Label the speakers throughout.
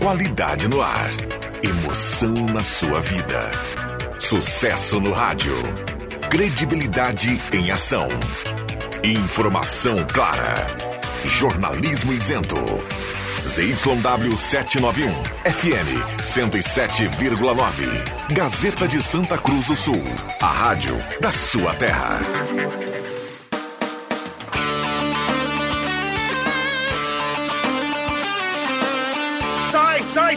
Speaker 1: Qualidade no ar. Emoção na sua vida. Sucesso no rádio. Credibilidade em ação. Informação clara. Jornalismo isento. ZYW 791. FM 107,9. Gazeta de Santa Cruz do Sul. A rádio da sua terra.
Speaker 2: Sai, sai,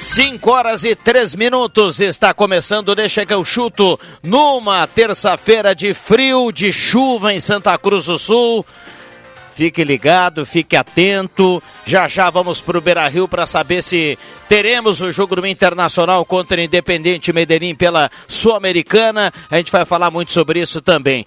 Speaker 3: Cinco horas e três minutos está começando Deixa que eu chuto numa terça-feira de frio, de chuva em Santa Cruz do Sul. Fique ligado, fique atento. Já já vamos para o Beira Rio para saber se teremos o jogo do Internacional contra o Independente Medellín pela Sul-Americana. A gente vai falar muito sobre isso também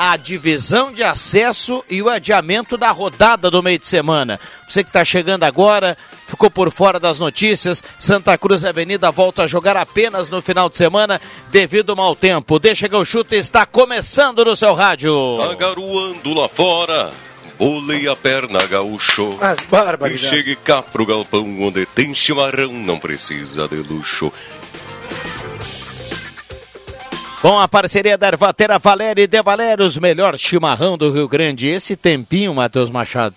Speaker 3: a divisão de acesso e o adiamento da rodada do meio de semana. Você que está chegando agora, ficou por fora das notícias, Santa Cruz Avenida volta a jogar apenas no final de semana devido ao mau tempo. Deixa que eu chuto está começando no seu rádio.
Speaker 4: Tá garoando lá fora, bolei a perna gaúcho.
Speaker 5: Mas
Speaker 4: E
Speaker 5: barbaridade.
Speaker 4: chegue cá pro galpão onde tem chimarrão, não precisa de luxo.
Speaker 3: Com a parceria da Ervatera Valéria e De Valérios, melhor chimarrão do Rio Grande. Esse tempinho, Matheus Machado,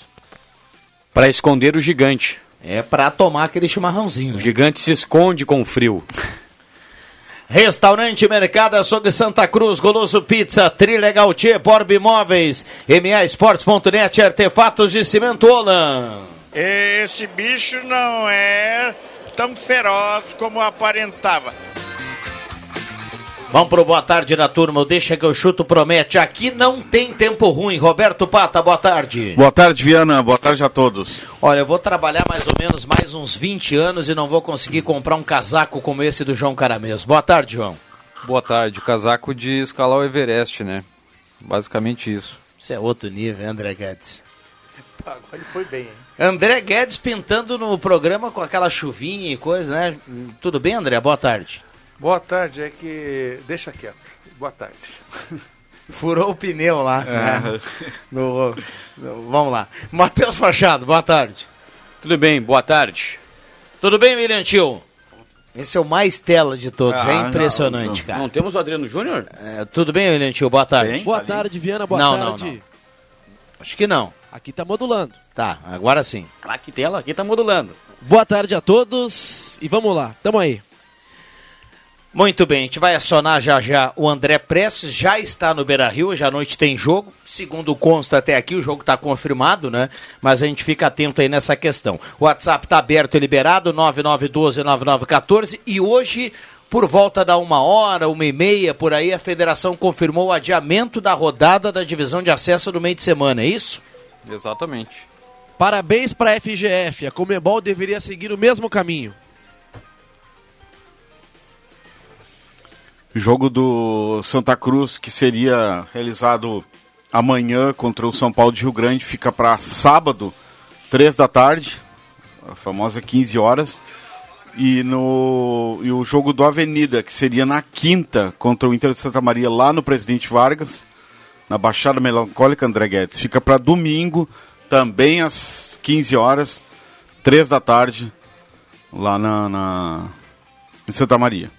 Speaker 6: Pra esconder o gigante.
Speaker 3: é para tomar aquele chimarrãozinho. né?
Speaker 6: O gigante se esconde com o frio.
Speaker 3: Restaurante Mercado Açougue Santa Cruz, Goloso Pizza, Trilha Gautier, Borb Imóveis, MA Esportes.net, Artefatos de Cimento Olan.
Speaker 2: Esse bicho não é tão feroz como aparentava.
Speaker 3: Vamos pro boa tarde da turma, o deixa que eu chuto promete. Aqui não tem tempo ruim. Roberto Pata, boa tarde.
Speaker 7: Boa tarde, Viana. Boa tarde a todos.
Speaker 3: Olha, eu vou trabalhar mais ou menos mais uns 20 anos e não vou conseguir comprar um casaco como esse do João Caramês. Boa tarde, João.
Speaker 8: Boa tarde, o casaco de escalar o Everest, né? Basicamente isso.
Speaker 3: Isso é outro nível, hein, André Guedes.
Speaker 5: Ele foi bem, hein?
Speaker 3: André Guedes pintando no programa com aquela chuvinha e coisa, né? Tudo bem, André? Boa tarde.
Speaker 5: Boa tarde, é que. Deixa quieto. Boa tarde.
Speaker 3: Furou o pneu lá. né? No- no- vamos lá. Matheus Machado, boa tarde.
Speaker 6: Tudo bem, boa tarde.
Speaker 3: Tudo bem, William Tio? Esse é o mais tela de todos. é
Speaker 7: Ah,
Speaker 3: impressionante, cara.
Speaker 6: Não temos o Adriano Júnior?
Speaker 3: É, tudo bem, William Tio? Boa tarde.
Speaker 7: Bem.
Speaker 9: Boa tarde, Viana. Boa
Speaker 3: Não,
Speaker 9: tarde.
Speaker 3: não, não. Acho que não.
Speaker 9: Aqui tá modulando.
Speaker 3: Tá, agora sim.
Speaker 6: Ah, que tela, aqui tá modulando.
Speaker 9: Boa tarde a todos e vamos lá. Tamo aí.
Speaker 3: Muito bem, a gente vai acionar já já o André Prestes, já está no Beira Rio, hoje à noite tem jogo, segundo consta até aqui, o jogo está confirmado, né? Mas a gente fica atento aí nessa questão. O WhatsApp está aberto e liberado, 9912-9914, e hoje, por volta da uma hora, uma e meia, por aí, a federação confirmou o adiamento da rodada da divisão de acesso do meio de semana, é isso?
Speaker 8: Exatamente.
Speaker 9: Parabéns pra FGF. A Comebol deveria seguir o mesmo caminho.
Speaker 7: Jogo do Santa Cruz, que seria realizado amanhã contra o São Paulo de Rio Grande, fica para sábado, três da tarde, a famosa 15 horas. E, no, e o jogo do Avenida, que seria na quinta, contra o Inter de Santa Maria, lá no Presidente Vargas, na Baixada Melancólica André Guedes. Fica para domingo, também às 15 horas, três da tarde, lá na, na, em Santa Maria.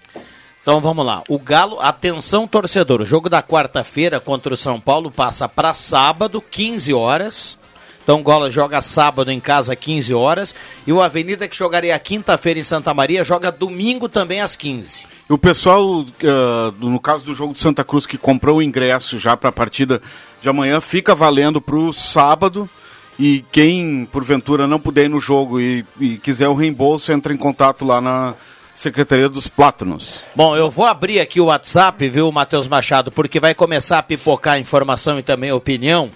Speaker 3: Então vamos lá. O Galo, atenção torcedor. O jogo da quarta-feira contra o São Paulo passa para sábado, 15 horas. Então o Galo joga sábado em casa, 15 horas. E o Avenida, que jogaria quinta-feira em Santa Maria, joga domingo também às 15.
Speaker 7: O pessoal, ah, do- no caso do jogo de Santa Cruz, que comprou o ingresso já para a partida de amanhã, fica valendo para o sábado. E quem, porventura, não puder ir no jogo e, e quiser o reembolso, entra em contato lá na Secretaria dos Plátanos.
Speaker 3: Bom, eu vou abrir aqui o WhatsApp, viu, Matheus Machado, porque vai começar a pipocar informação e também opinião.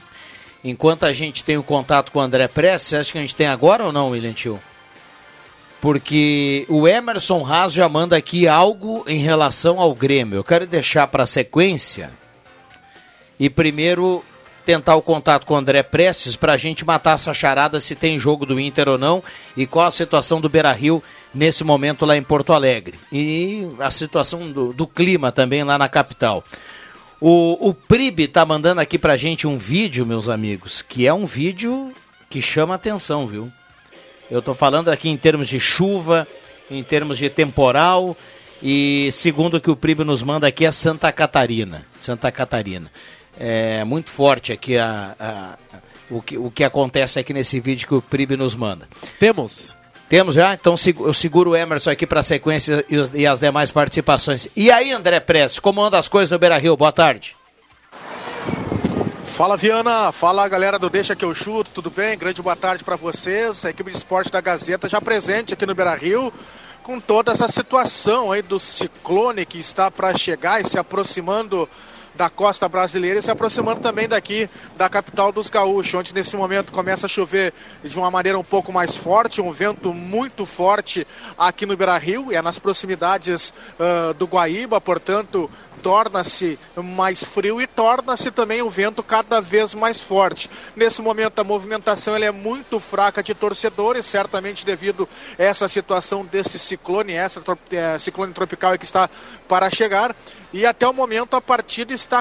Speaker 3: Enquanto a gente tem o contato com o André Prestes, você acha que a gente tem agora ou não, William Tio? Porque o Emerson Haas já manda aqui algo em relação ao Grêmio. Eu quero deixar para a sequência e primeiro tentar o contato com o André Prestes para a gente matar essa charada se tem jogo do Inter ou não e qual a situação do Beira Rio nesse momento lá em Porto Alegre e a situação do, do clima também lá na capital. O, o Pribe tá mandando aqui pra gente um vídeo, meus amigos, que é um vídeo que chama atenção, viu? Eu tô falando aqui em termos de chuva, em termos de temporal e segundo o que o Pribe nos manda aqui é Santa Catarina. Santa Catarina. É muito forte aqui a, a- o, que, o que acontece aqui nesse vídeo que o Pribe nos manda.
Speaker 9: Temos.
Speaker 3: Temos já? Então seg- eu seguro o Emerson aqui para a sequência e, os- e as demais participações. E aí, André Prestes, como anda as coisas no Beira Rio? Boa tarde.
Speaker 10: Fala Viana, fala galera do Deixa que eu chuto, tudo bem? Grande boa tarde para vocês. A equipe de esporte da Gazeta já presente aqui no Beira-Rio com toda essa situação aí do ciclone que está para chegar e se aproximando da costa brasileira e se aproximando também daqui da capital dos gaúchos, onde nesse momento começa a chover de uma maneira um pouco mais forte, um vento muito forte aqui no Beira-Rio, é nas proximidades ah, do Guaíba, portanto torna-se mais frio e torna-se também o vento cada vez mais forte. Nesse momento a movimentação ela é muito fraca de torcedores, certamente devido a essa situação desse ciclone, essa tro- eh, ciclone tropical que está para chegar. E até o momento a partida está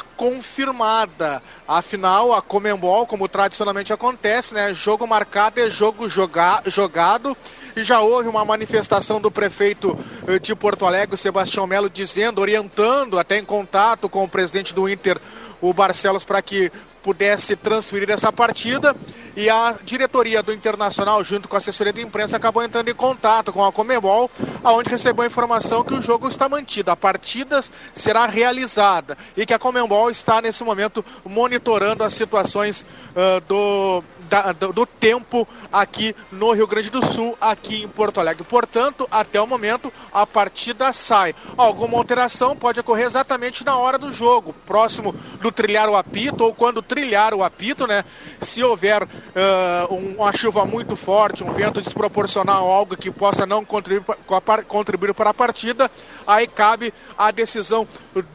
Speaker 10: confirmada. Afinal, a Comembol, como tradicionalmente acontece, né, jogo marcado é jogo joga- jogado e já houve uma manifestação do prefeito eh, de Porto Alegre, Sebastião Melo, dizendo, orientando, até em contato com o presidente do Inter, o Barcelos, para que pudesse transferir essa partida. E a diretoria do Internacional, junto com a assessoria de imprensa, acabou entrando em contato com a Comebol, aonde recebeu a informação que o jogo está mantido, a partida será realizada e que a Comembol está nesse momento monitorando as situações ah, do, da- do, do tempo aqui no Rio Grande do Sul, aqui em Porto Alegre. Portanto, até o momento, a partida sai. Alguma alteração pode ocorrer exatamente na hora do jogo, próximo do trilhar o apito ou quando trilhar o apito, né? Se houver ah, um- uma chuva muito forte, um vento desproporcional, algo que possa não contribuir, pa- com a par- contribuir para a partida, aí cabe a decisão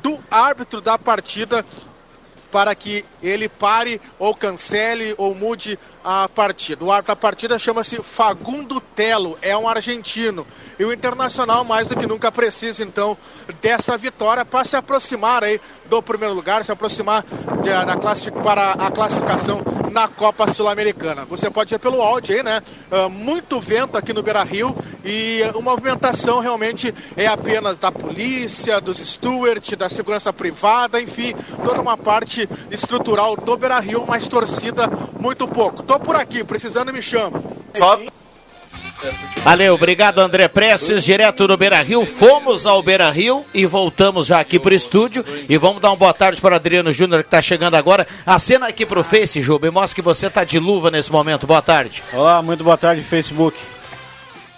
Speaker 10: do árbitro da partida para que ele pare ou cancele ou mude a partida. O árbitro da partida chama-se Fagundo Telo, é um argentino. E o Internacional, mais do que nunca, precisa então dessa vitória para se aproximar aí do primeiro lugar, se aproximar da, da classi- para a classificação na Copa Sul-Americana. Você pode ver pelo áudio aí, né? Ah, muito vento aqui no Beira-Rio e ah, uma movimentação realmente é apenas da polícia, dos Stewart, da segurança privada, enfim, toda uma parte estrutural do Beira-Rio, mas torcida muito pouco. Tô por aqui, precisando me chama.
Speaker 3: Valeu, obrigado André Prestes, direto do Beira Rio. Fomos ao Beira Rio e voltamos já aqui pro estúdio. E vamos dar uma boa tarde para Adriano Júnior que tá chegando agora. Acena aqui pro Face, Juba, e mostra que você tá de luva nesse momento. Boa tarde.
Speaker 11: Olá, muito boa tarde, Facebook.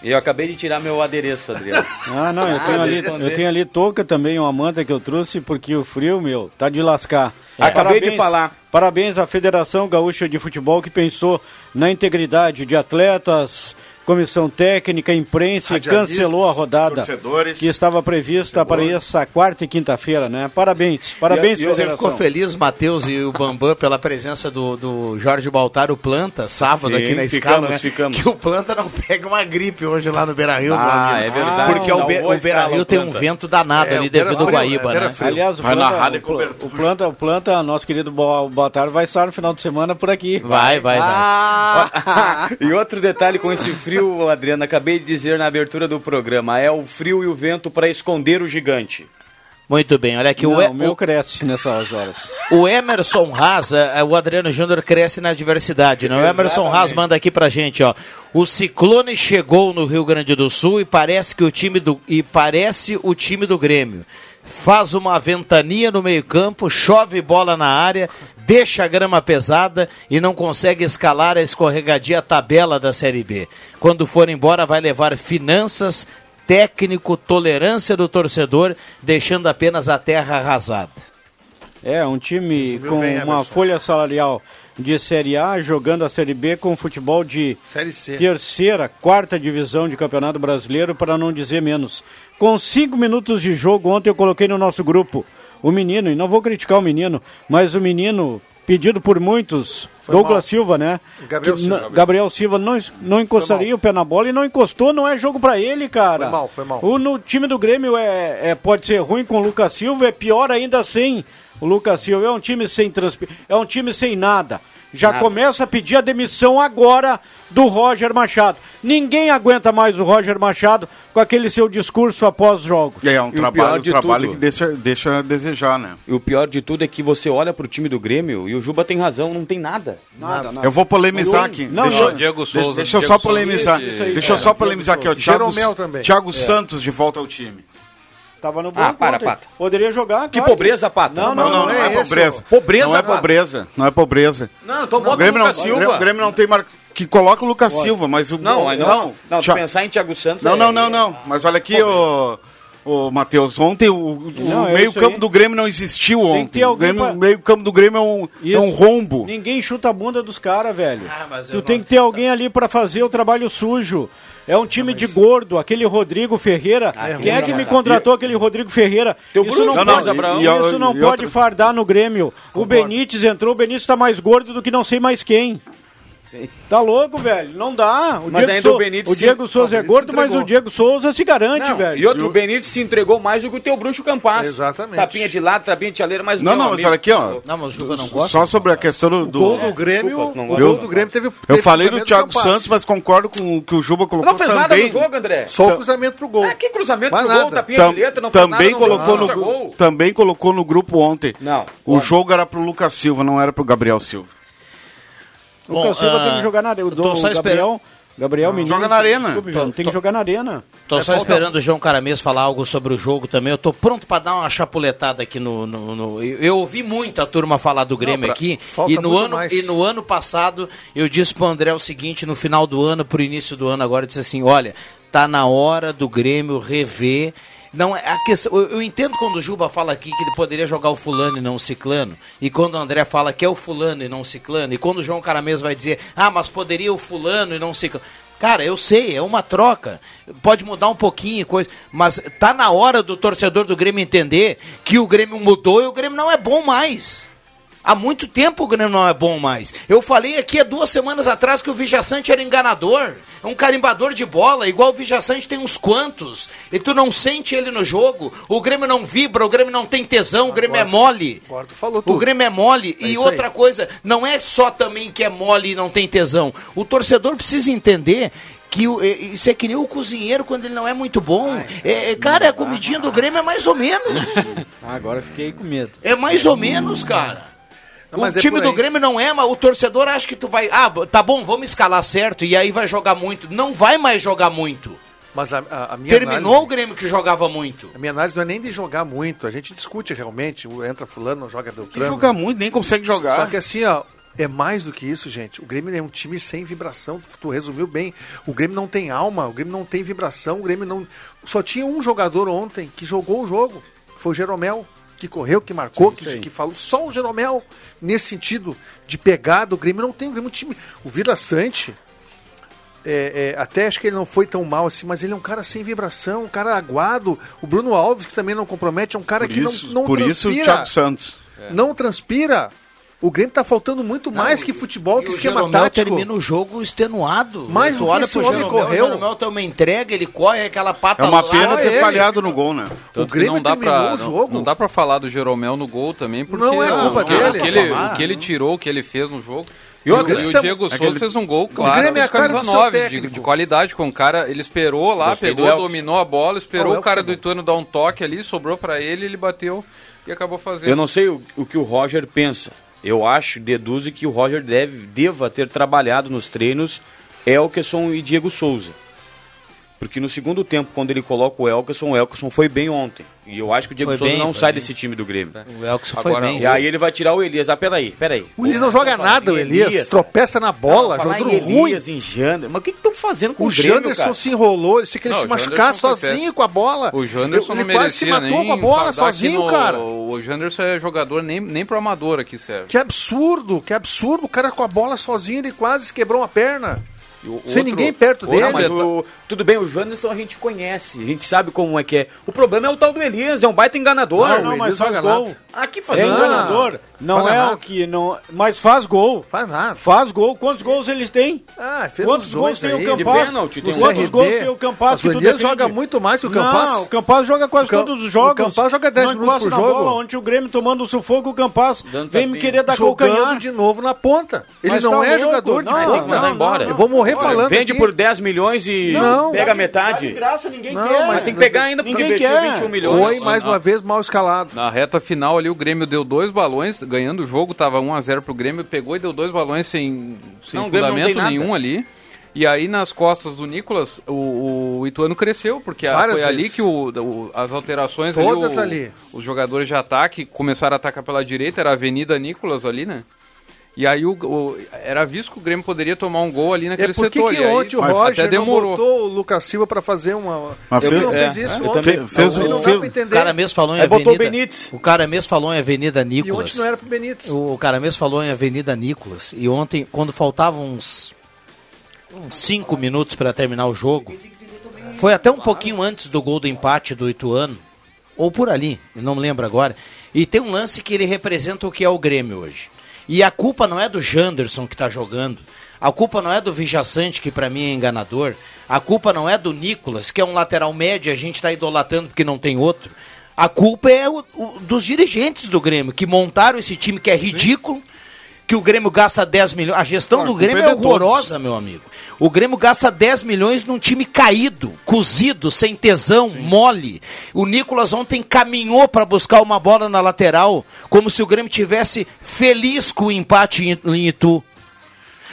Speaker 6: Eu acabei de tirar meu adereço, Adriano.
Speaker 11: Ah, não, eu
Speaker 6: Ah,
Speaker 11: tenho, ali,
Speaker 6: deixa eu
Speaker 11: eu
Speaker 6: dizer.
Speaker 11: tenho ali touca também, uma manta que eu trouxe, porque o frio, meu, tá de lascar.
Speaker 6: É. Acabei de falar.
Speaker 11: Parabéns à Federação Gaúcha de Futebol que pensou na integridade de atletas, comissão técnica, imprensa e
Speaker 7: Radialistas,
Speaker 11: cancelou a rodada
Speaker 7: torcedores.
Speaker 11: que estava prevista para essa quarta e quinta-feira, né? Parabéns, parabéns,
Speaker 3: E Você
Speaker 11: Federação.
Speaker 3: ficou feliz, Matheus e o Bambam, pela presença do, do Jorge Baltar, o Planta, sábado
Speaker 11: Sim,
Speaker 3: aqui na
Speaker 11: ficamos,
Speaker 3: escala, né?
Speaker 11: ficamos.
Speaker 3: Que o Planta não pega uma gripe hoje lá no Beira-Rio,
Speaker 11: Ah,
Speaker 3: meu amigo.
Speaker 11: é verdade.
Speaker 3: Porque o, Be
Speaker 11: Salvou a
Speaker 3: o Beira-Rio
Speaker 11: escala,
Speaker 3: tem
Speaker 11: o
Speaker 3: um
Speaker 11: Planta.
Speaker 3: vento danado
Speaker 11: É,
Speaker 3: ali
Speaker 11: o Beira
Speaker 3: devido ao
Speaker 11: Frio,
Speaker 3: Guaíba,
Speaker 11: é, Beira
Speaker 3: né?
Speaker 11: Frio. Aliás, o planta, o pla- o planta, o planta, nosso querido Bo- Botar vai estar no final de semana por aqui.
Speaker 3: Vai, vai, Ah!
Speaker 6: e outro detalhe com esse frio, Adriano, acabei de dizer na abertura do programa, é o frio e o vento para esconder o gigante.
Speaker 3: Muito bem, olha aqui.
Speaker 11: Não,
Speaker 3: o, E-
Speaker 11: o meu
Speaker 3: o-
Speaker 11: cresce nessas horas.
Speaker 3: o Emerson Haas, eh, o Adriano Júnior cresce na diversidade, não? O Emerson
Speaker 11: Exatamente.
Speaker 3: Haas manda aqui pra gente, ó. O ciclone chegou no Rio Grande do Sul e parece que o time do e parece o time do Grêmio. Faz uma ventania no meio-campo, chove bola na área, deixa a grama pesada e não consegue escalar a escorregadia tabela da Série B. Quando for embora vai levar finanças, técnico, tolerância do torcedor, deixando apenas a terra arrasada.
Speaker 11: É, um time
Speaker 3: Resumiu
Speaker 11: com
Speaker 3: bem,
Speaker 11: uma
Speaker 3: Emerson.
Speaker 11: folha salarial de Série A, jogando a Série B com futebol de
Speaker 5: Série C.
Speaker 11: terceira, quarta divisão de Campeonato Brasileiro, para não dizer menos. Com cinco minutos de jogo, ontem eu coloquei no nosso grupo o menino, e não vou criticar o menino, mas o menino, pedido por muitos,
Speaker 5: Foi mal.
Speaker 11: Douglas Silva, né?
Speaker 5: Gabriel
Speaker 11: Que
Speaker 5: Silva,
Speaker 11: n- Gabriel Silva não, es- não encostaria o pé na bola e não encostou, não é jogo pra ele, cara.
Speaker 5: Foi mal, foi mal.
Speaker 11: O no time do Grêmio é, é- pode ser ruim com o Lucas Silva, é pior ainda sem o Lucas Silva. É um time sem transpi... é um time sem nada. Já
Speaker 6: Nada.
Speaker 11: começa a pedir a demissão agora do Roger Machado. Ninguém aguenta mais o Roger Machado com aquele seu discurso após jogo.
Speaker 7: É, é
Speaker 11: E
Speaker 7: um
Speaker 11: o
Speaker 6: pior
Speaker 7: trabalho, um
Speaker 6: de
Speaker 7: trabalho
Speaker 6: tudo-
Speaker 7: que deixa, deixa a desejar, né?
Speaker 6: E o pior de tudo é que você olha pro time do Grêmio e o Juba tem razão, não tem nada.
Speaker 11: Nada,
Speaker 7: Eu vou polemizar
Speaker 6: Não,
Speaker 7: aqui.
Speaker 6: não,
Speaker 7: deixa,
Speaker 6: não. Diego
Speaker 7: deixa-
Speaker 6: Souza,
Speaker 7: Deixa eu
Speaker 6: Diego
Speaker 7: só
Speaker 6: Souza.
Speaker 7: polemizar.
Speaker 6: Isso aí,
Speaker 7: Deixa eu
Speaker 6: cara,
Speaker 7: só
Speaker 6: Diego
Speaker 7: polemizar aqui, ó.
Speaker 6: Souza.
Speaker 7: Thiago,
Speaker 6: Jeromel também.
Speaker 7: Thiago
Speaker 6: É.
Speaker 7: Santos de volta ao time.
Speaker 11: Tava no banco.
Speaker 6: Ah, para,
Speaker 11: ontem.
Speaker 6: Pato.
Speaker 11: Poderia jogar,
Speaker 6: Que
Speaker 11: claro.
Speaker 6: pobreza, Pato.
Speaker 11: Não, não,
Speaker 7: Não, não, não é pobreza. Não é
Speaker 6: cara.
Speaker 7: pobreza. Não é pobreza.
Speaker 6: Não, então bota
Speaker 7: O Grêmio
Speaker 6: o Lucas
Speaker 7: não,
Speaker 6: Silva.
Speaker 7: O Grêmio não tem marca. Que coloca o Lucas
Speaker 6: Olha.
Speaker 7: Silva, mas o.
Speaker 6: Não, não, não. não tu
Speaker 7: Thiago-
Speaker 6: pensar em Thiago Santos.
Speaker 7: Não,
Speaker 6: é-
Speaker 7: não, não, não. Mas olha aqui, ô, ô Matheus, ontem o, o-
Speaker 11: Não,
Speaker 7: o
Speaker 11: é isso
Speaker 7: meio-campo
Speaker 11: aí.
Speaker 7: do Grêmio não existiu
Speaker 11: que ter
Speaker 7: ontem. O
Speaker 11: alguém
Speaker 7: Grêmio-
Speaker 11: pra-
Speaker 7: o meio-campo do Grêmio é um, é um
Speaker 11: Isso.
Speaker 7: rombo.
Speaker 11: Ninguém chuta a bunda dos caras, velho.
Speaker 6: Ah,
Speaker 3: mas
Speaker 11: tu tem que ter alguém ali pra fazer o trabalho sujo. É um time de gordo, aquele Rodrigo Ferreira.
Speaker 6: Ah,
Speaker 11: Quem é que me contratou aquele Rodrigo Ferreira?
Speaker 6: Teu
Speaker 11: isso
Speaker 6: Bruno
Speaker 11: não,
Speaker 6: Gomes,
Speaker 11: pode,
Speaker 6: Abraão.
Speaker 11: isso
Speaker 6: E-
Speaker 11: não
Speaker 6: e
Speaker 11: pode
Speaker 6: outro-
Speaker 11: fardar no Grêmio. O Benítez entrou, o Benítez tá mais gordo do que não sei mais quem. Tá louco, velho? Não dá. O
Speaker 6: Mas
Speaker 11: Diego,
Speaker 6: ainda o
Speaker 11: Sou-
Speaker 6: Benítez
Speaker 11: o Diego
Speaker 6: se-
Speaker 11: Souza
Speaker 6: o
Speaker 11: é
Speaker 6: Benítez
Speaker 11: gordo,
Speaker 6: se
Speaker 11: mas
Speaker 6: entregou.
Speaker 11: o Diego Souza se garante,
Speaker 6: Não,
Speaker 11: velho.
Speaker 6: E outro, o Benítez se entregou mais do que o teu bruxo Campas.
Speaker 5: Exatamente.
Speaker 6: Tapinha de lado, tapinha de chaleira, mas o
Speaker 7: Não,
Speaker 6: teu
Speaker 7: não, mas
Speaker 6: amigo-
Speaker 7: olha aqui, ó.
Speaker 3: Não, mas o Juba não
Speaker 7: Só sobre a questão do. do-
Speaker 5: gol do Grêmio,
Speaker 6: Desculpa, não
Speaker 5: o
Speaker 6: gosto.
Speaker 5: gol do Grêmio teve,
Speaker 7: Eu
Speaker 5: teve
Speaker 7: falei do
Speaker 5: cruzamento
Speaker 7: Thiago
Speaker 5: com passe.
Speaker 7: Santos, mas concordo com o que o Juba colocou
Speaker 6: Não fez nada
Speaker 7: também.
Speaker 6: no jogo, André.
Speaker 5: Só o
Speaker 7: Tam-
Speaker 5: cruzamento pro gol.
Speaker 6: Ah, que cruzamento pro
Speaker 5: Mais
Speaker 6: gol,
Speaker 5: nada.
Speaker 6: tapinha
Speaker 7: Tam-
Speaker 6: de letra, não fez nada,
Speaker 7: também,
Speaker 6: não
Speaker 7: colocou no,
Speaker 6: fez
Speaker 7: gru-
Speaker 6: gol.
Speaker 7: também colocou no grupo ontem.
Speaker 6: Não.
Speaker 7: O jogo era pro Lucas Silva, não era pro Gabriel Silva.
Speaker 11: O Lucas Silva tem que jogar na arena. O
Speaker 3: ah, tô só
Speaker 11: do- Gabriel, Gabriel Menino.
Speaker 7: Joga na arena.
Speaker 11: desculpe, João, tem que jogar na arena.
Speaker 3: Tô
Speaker 11: É
Speaker 3: só
Speaker 11: falta-
Speaker 3: esperando o João Caramês falar algo sobre o jogo também. Eu tô pronto pra dar uma chapuletada aqui no. no- no- Eu, eu ouvi muita turma falar do Grêmio
Speaker 6: pra-
Speaker 3: aqui.
Speaker 5: falta
Speaker 3: E no,
Speaker 5: muito
Speaker 3: ano,
Speaker 5: mais.
Speaker 3: e no ano passado eu disse pro André o seguinte, no final do ano, pro início do ano agora, eu disse assim: olha, tá na hora do Grêmio rever. Não, é a questão, eu, eu entendo quando o Juba fala aqui que ele poderia jogar o fulano e não o ciclano, e quando o André fala que é o fulano e não o ciclano, e quando o João Caramês vai dizer, ah, mas poderia o fulano e não o ciclano. Cara, eu sei, é uma troca. Pode mudar um pouquinho, coisa, mas tá na hora do torcedor do Grêmio entender que o Grêmio mudou e o Grêmio não é bom mais. Há muito tempo o Grêmio não é bom mais. Eu falei aqui há duas semanas atrás que o Vijaçante era enganador, é um carimbador de bola, igual o Vijaçante tem uns quantos. E tu não sente ele no jogo. O Grêmio não vibra, o Grêmio não tem tesão, o Grêmio é mole.
Speaker 5: Agora tu falou tudo.
Speaker 3: O Grêmio é mole.
Speaker 5: É
Speaker 3: e
Speaker 5: isso
Speaker 3: outra
Speaker 5: aí.
Speaker 3: coisa, não é só também que é mole e não tem tesão. O torcedor precisa entender que o- e- isso é que nem o cozinheiro quando ele não é muito bom. É- é, cara, a comidinha do Grêmio é mais ou menos.
Speaker 11: Ah, agora fiquei com medo.
Speaker 3: É mais ou menos, cara.
Speaker 5: Não,
Speaker 3: o
Speaker 5: mas é
Speaker 3: time
Speaker 5: por
Speaker 3: do
Speaker 5: aí.
Speaker 3: Grêmio não é, mas o torcedor acha que tu vai. Ah, b- tá bom, vamos escalar certo, e aí vai jogar muito. Não vai mais jogar muito.
Speaker 5: Mas a, a- a minha
Speaker 3: Terminou o
Speaker 5: análise,
Speaker 3: Grêmio que jogava muito.
Speaker 5: a minha análise não é nem de jogar muito. A gente discute realmente. o- Entra fulano, não joga
Speaker 7: Que
Speaker 5: Beltrano.
Speaker 7: joga muito, nem consegue
Speaker 5: Só
Speaker 7: jogar.
Speaker 5: que assim, ó, é mais do que isso, gente. O Grêmio é um time sem vibração. Tu- Tu resumiu bem. O Grêmio não tem alma, o Grêmio não tem vibração, o Grêmio não. Só tinha um jogador ontem que jogou o jogo. Foi o Jeromel, que correu, que marcou,
Speaker 11: Sim,
Speaker 5: que,
Speaker 11: sim.
Speaker 5: que falou. Só o Jeromel, nesse sentido de pegada, o Grêmio não tem. O Grêmio é um time. O Vila Sante. é, é, até acho que ele não foi tão mal assim, mas ele é um cara sem vibração, um cara aguado. O Bruno Alves, que também não compromete, é um cara
Speaker 7: Por
Speaker 5: que
Speaker 7: isso,
Speaker 5: não, não
Speaker 7: por isso o
Speaker 5: transpira
Speaker 7: Thiago Santos.
Speaker 5: não transpira. O Grêmio tá faltando muito mais que futebol, que
Speaker 3: E o
Speaker 5: esquema
Speaker 3: Jeromel
Speaker 5: tático.
Speaker 3: termina o jogo extenuado.
Speaker 5: Mais
Speaker 3: tu
Speaker 5: do que
Speaker 3: olha
Speaker 5: esse
Speaker 3: pro
Speaker 5: homem
Speaker 3: Jeromel,
Speaker 5: correu. Ah,
Speaker 3: o Jeromel tem uma entrega, ele corre aquela pata
Speaker 7: É uma
Speaker 3: lá.
Speaker 7: pena
Speaker 5: Só
Speaker 7: ter
Speaker 5: ele.
Speaker 7: falhado no gol, né?
Speaker 5: O
Speaker 8: Tanto que
Speaker 5: Grêmio
Speaker 8: não dá
Speaker 5: terminou
Speaker 8: pra, não-
Speaker 5: o jogo.
Speaker 8: Não, dá pra falar do Jeromel no gol também, porque
Speaker 5: Não é culpa
Speaker 8: o, que-
Speaker 5: dele.
Speaker 8: o que ele,
Speaker 5: Falar,
Speaker 8: o que ele tirou, o que ele fez no jogo.
Speaker 6: E outra,
Speaker 8: e
Speaker 5: isso é-
Speaker 8: o Diego
Speaker 5: é que
Speaker 8: Souza
Speaker 7: ele-
Speaker 8: fez um gol clássico
Speaker 5: Grêmio é a
Speaker 8: de
Speaker 5: cara do
Speaker 8: camisa
Speaker 5: seu
Speaker 8: 9, de,
Speaker 5: técnico.
Speaker 8: de qualidade com o cara. Ele esperou lá,
Speaker 6: Gostei do
Speaker 8: pegou,
Speaker 6: Elkson.
Speaker 8: dominou a bola, esperou
Speaker 5: Olha é o
Speaker 8: o cara
Speaker 5: Elkson.
Speaker 8: do Ituano dar um toque ali, sobrou pra ele, ele bateu e acabou fazendo.
Speaker 6: Eu não sei o, o que o Roger pensa. Eu acho, deduzo que o Roger deve, deva ter trabalhado nos treinos Elkerson e Diego Souza. Porque no segundo tempo, quando ele coloca o Elkerson, o Elkerson foi bem ontem. E eu acho que o Diego
Speaker 12: Foi
Speaker 6: Souza
Speaker 12: bem,
Speaker 6: não
Speaker 12: foi
Speaker 6: sai
Speaker 12: bem. É.
Speaker 6: desse time do Grêmio.
Speaker 12: O Elkson foi bem.
Speaker 6: E aí ele vai tirar o Elias. Ah, peraí, peraí.
Speaker 5: O Elias não joga nada, o Elias. Tropeça na bola,
Speaker 6: Não, falar
Speaker 5: jogando
Speaker 6: em
Speaker 5: ruim.
Speaker 6: Elias, em Jander. Mas o que que estão fazendo com o,
Speaker 5: O
Speaker 6: Grêmio,
Speaker 5: Janderson
Speaker 6: cara?
Speaker 5: se enrolou, ele se queria
Speaker 6: Não,
Speaker 5: se
Speaker 6: o
Speaker 5: machucar
Speaker 6: Janderson foi
Speaker 5: sozinho
Speaker 6: péssimo.
Speaker 5: com a bola.
Speaker 8: O Janderson
Speaker 5: ele
Speaker 8: não
Speaker 5: ele quase se
Speaker 8: merecia
Speaker 5: matou
Speaker 8: nem
Speaker 5: com a bola
Speaker 8: fardar aqui
Speaker 5: sozinho,
Speaker 8: no-
Speaker 5: cara.
Speaker 8: O Janderson é jogador nem, nem pro amador aqui, serve.
Speaker 5: Que absurdo, que absurdo. O cara com a bola sozinho, ele quase quebrou uma perna. Sem ninguém perto dele.
Speaker 6: Não, mas o- tudo bem, o Janderson a gente conhece, a gente sabe como é que é. O problema é o tal do Elias, é um baita enganador.
Speaker 11: Não, não, mas faz gol.
Speaker 5: Ah,
Speaker 6: Aqui
Speaker 11: É enganador. Não é o que. Não, mas faz gol.
Speaker 5: Faz nada.
Speaker 11: Faz gol. Quantos gols eles têm?
Speaker 5: Ah, fez
Speaker 11: Quantos
Speaker 5: uns
Speaker 11: gols
Speaker 5: dois
Speaker 11: tem o
Speaker 5: aí, de
Speaker 11: Campas?
Speaker 5: pênalti, tem um
Speaker 11: Quantos
Speaker 5: CRB.
Speaker 11: gols tem o Campas?
Speaker 5: Mas
Speaker 11: que
Speaker 5: o
Speaker 11: tu
Speaker 5: Elias
Speaker 11: defende?
Speaker 5: joga muito mais que o Campas.
Speaker 11: Não, o Campas joga quase
Speaker 5: O Cam-
Speaker 11: todos os jogos.
Speaker 5: o Campas joga 10
Speaker 11: Não
Speaker 5: minutos por
Speaker 11: encosta na
Speaker 5: jogo.
Speaker 11: bola, Onde o Grêmio tomando um sufoco, o Campas vem me
Speaker 5: tapinha.
Speaker 11: querer dar
Speaker 5: Jogando
Speaker 11: calcanhar.
Speaker 5: de novo na ponta. Ele
Speaker 11: Mas
Speaker 5: não
Speaker 11: tá
Speaker 5: é
Speaker 11: louco,
Speaker 5: jogador de
Speaker 11: não,
Speaker 5: ponta.
Speaker 11: tem que mandar embora.
Speaker 5: Eu vou morrer
Speaker 6: Olha,
Speaker 5: falando
Speaker 6: Vende
Speaker 5: aqui.
Speaker 6: por 10 milhões e
Speaker 5: Não.
Speaker 6: pega
Speaker 5: Tá de-
Speaker 6: metade.
Speaker 11: de graça, ninguém
Speaker 5: Não,
Speaker 11: quer.
Speaker 5: mas
Speaker 6: tem que pegar ainda, porque
Speaker 11: ninguém
Speaker 6: investiu
Speaker 11: quer.
Speaker 6: 21 milhões.
Speaker 5: Foi mais
Speaker 8: Não.
Speaker 5: uma vez mal escalado.
Speaker 8: Na reta final ali, o Grêmio deu dois balões, ganhando o jogo, tava 1x0 pro Grêmio, pegou e deu dois balões sem, sem
Speaker 6: Não, o Grêmio não tem
Speaker 8: fundamento
Speaker 6: nada.
Speaker 8: nenhum ali. E aí, nas costas do Nicolas, o, o Ituano cresceu, porque a-
Speaker 5: Várias
Speaker 8: foi ali
Speaker 5: vezes.
Speaker 8: que o- o- as alterações
Speaker 5: Todas
Speaker 8: o-
Speaker 5: ali.
Speaker 8: os jogadores de ataque começaram a atacar pela direita, era a Avenida Nicolas ali, né? E aí o, o- era visto que o Grêmio poderia tomar um gol ali naquele
Speaker 5: É por que
Speaker 8: setor.
Speaker 5: que
Speaker 8: e aí
Speaker 5: ontem o
Speaker 8: até
Speaker 5: Roger não
Speaker 8: demorou.
Speaker 5: botou o Lucas Silva pra fazer uma...
Speaker 7: Mas
Speaker 5: Ele
Speaker 7: fez-
Speaker 5: não
Speaker 7: é,
Speaker 5: fez isso
Speaker 7: eu
Speaker 5: ontem.
Speaker 7: também- fez
Speaker 5: Não
Speaker 7: o-
Speaker 5: dá
Speaker 7: fez-
Speaker 5: pra entender.
Speaker 3: O cara mesmo falou em
Speaker 5: Aí
Speaker 3: Avenida.
Speaker 5: botou o Benítez.
Speaker 3: O cara mesmo falou em Avenida
Speaker 5: E
Speaker 3: Nicolas.
Speaker 5: ontem não era pro Benítez.
Speaker 3: O cara mesmo falou em Avenida Nicolas. E ontem, quando faltavam uns 5 minutos para terminar o jogo, foi até um pouquinho antes do gol do empate do Ituano, ou por ali, não me lembro agora. E tem um lance que ele representa o que é o Grêmio hoje. E a culpa não é do Janderson que está jogando. A culpa não é do Vijaçante, que para mim é enganador. A culpa não é do Nicolas, que é um lateral médio, e a gente está idolatrando porque não tem outro. A culpa é o- o- dos dirigentes do Grêmio, que montaram esse time que é ridículo, que o Grêmio gasta 10 milhões. A gestão
Speaker 7: Ah,
Speaker 3: do
Speaker 7: a culpa
Speaker 3: Grêmio
Speaker 7: é
Speaker 3: é
Speaker 7: de todos.
Speaker 3: horrorosa, meu amigo. O Grêmio gasta 10 milhões num time caído, cozido, sem tesão, mole. O Nicolas ontem caminhou para buscar uma bola na lateral, como se o Grêmio tivesse feliz com o empate em- em Itu.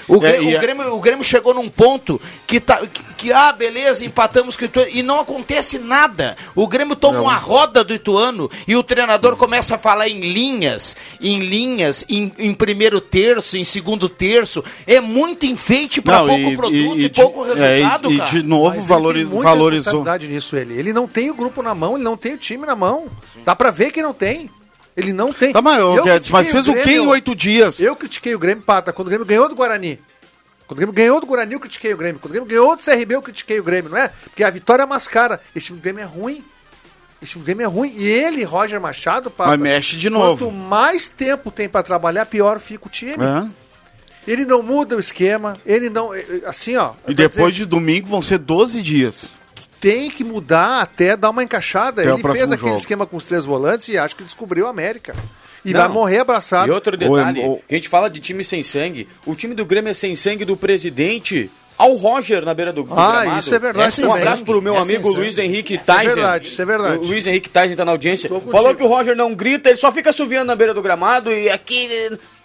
Speaker 3: O,
Speaker 7: É,
Speaker 3: Grêmio,
Speaker 7: e
Speaker 3: o,
Speaker 7: a-
Speaker 3: Grêmio, o Grêmio chegou num ponto que, tá, que, que, ah, beleza, empatamos com o Ituano, e não acontece nada. O Grêmio toma uma roda do Ituano e o treinador começa a falar em linhas, em linhas, em, em primeiro terço, em segundo terço. É muito enfeite para pouco produto e,
Speaker 7: de-
Speaker 3: pouco
Speaker 7: é,
Speaker 3: resultado,
Speaker 7: e,
Speaker 3: cara.
Speaker 7: de novo
Speaker 5: Mas
Speaker 7: valori-
Speaker 5: ele tem muita
Speaker 7: valorizou.
Speaker 5: responsabilidade nisso ele. Ele não tem o grupo na mão, ele não tem o time na mão. Dá pra ver que não tem. Ele não tem.
Speaker 7: Tá, mas, ô,
Speaker 5: Eu
Speaker 7: Guedes, mas
Speaker 5: critiquei
Speaker 7: fez o quê em
Speaker 5: Grêmio-
Speaker 7: oito dias?
Speaker 5: Eu critiquei o Grêmio, pata, quando o Grêmio ganhou do Guarani. Quando o Grêmio ganhou do Guarani, eu critiquei o Grêmio. Quando o Grêmio ganhou do CRB, eu critiquei o Grêmio, não é? Porque a vitória mascara. Esse time do Grêmio é ruim. Esse time do Grêmio é ruim. E ele, Roger Machado, pata,
Speaker 7: Mas mexe de
Speaker 5: Quanto
Speaker 7: novo.
Speaker 5: mais tempo tem pra trabalhar, pior fica o time.
Speaker 7: né?
Speaker 5: Ele não muda o esquema, ele não. eh, eh, Assim, ó.
Speaker 7: E depois de domingo vão ser 12 dias.
Speaker 5: tem que mudar até dar uma encaixada.
Speaker 7: Até o
Speaker 5: ele
Speaker 7: próximo
Speaker 5: fez aquele
Speaker 7: jogo.
Speaker 5: esquema com os três volantes e acho que descobriu a América. E
Speaker 6: Não.
Speaker 5: vai morrer abraçado.
Speaker 6: E outro detalhe,
Speaker 7: Ou- é ou-
Speaker 6: a gente fala de time sem sangue. O time do Grêmio é sem sangue do presidente ao Roger na beira do, do
Speaker 5: Ah,
Speaker 6: gramado.
Speaker 5: isso é verdade
Speaker 6: Um
Speaker 5: também.
Speaker 6: abraço pro meu
Speaker 5: É sem
Speaker 6: amigo
Speaker 5: sangue.
Speaker 6: Luiz Henrique
Speaker 5: Isso é
Speaker 6: Tyson.
Speaker 5: verdade, isso é verdade.
Speaker 6: O Luiz Henrique Tyson tá na audiência.
Speaker 5: contigo.
Speaker 6: Falou que o Roger não grita, ele só fica subindo na beira do gramado e aqui...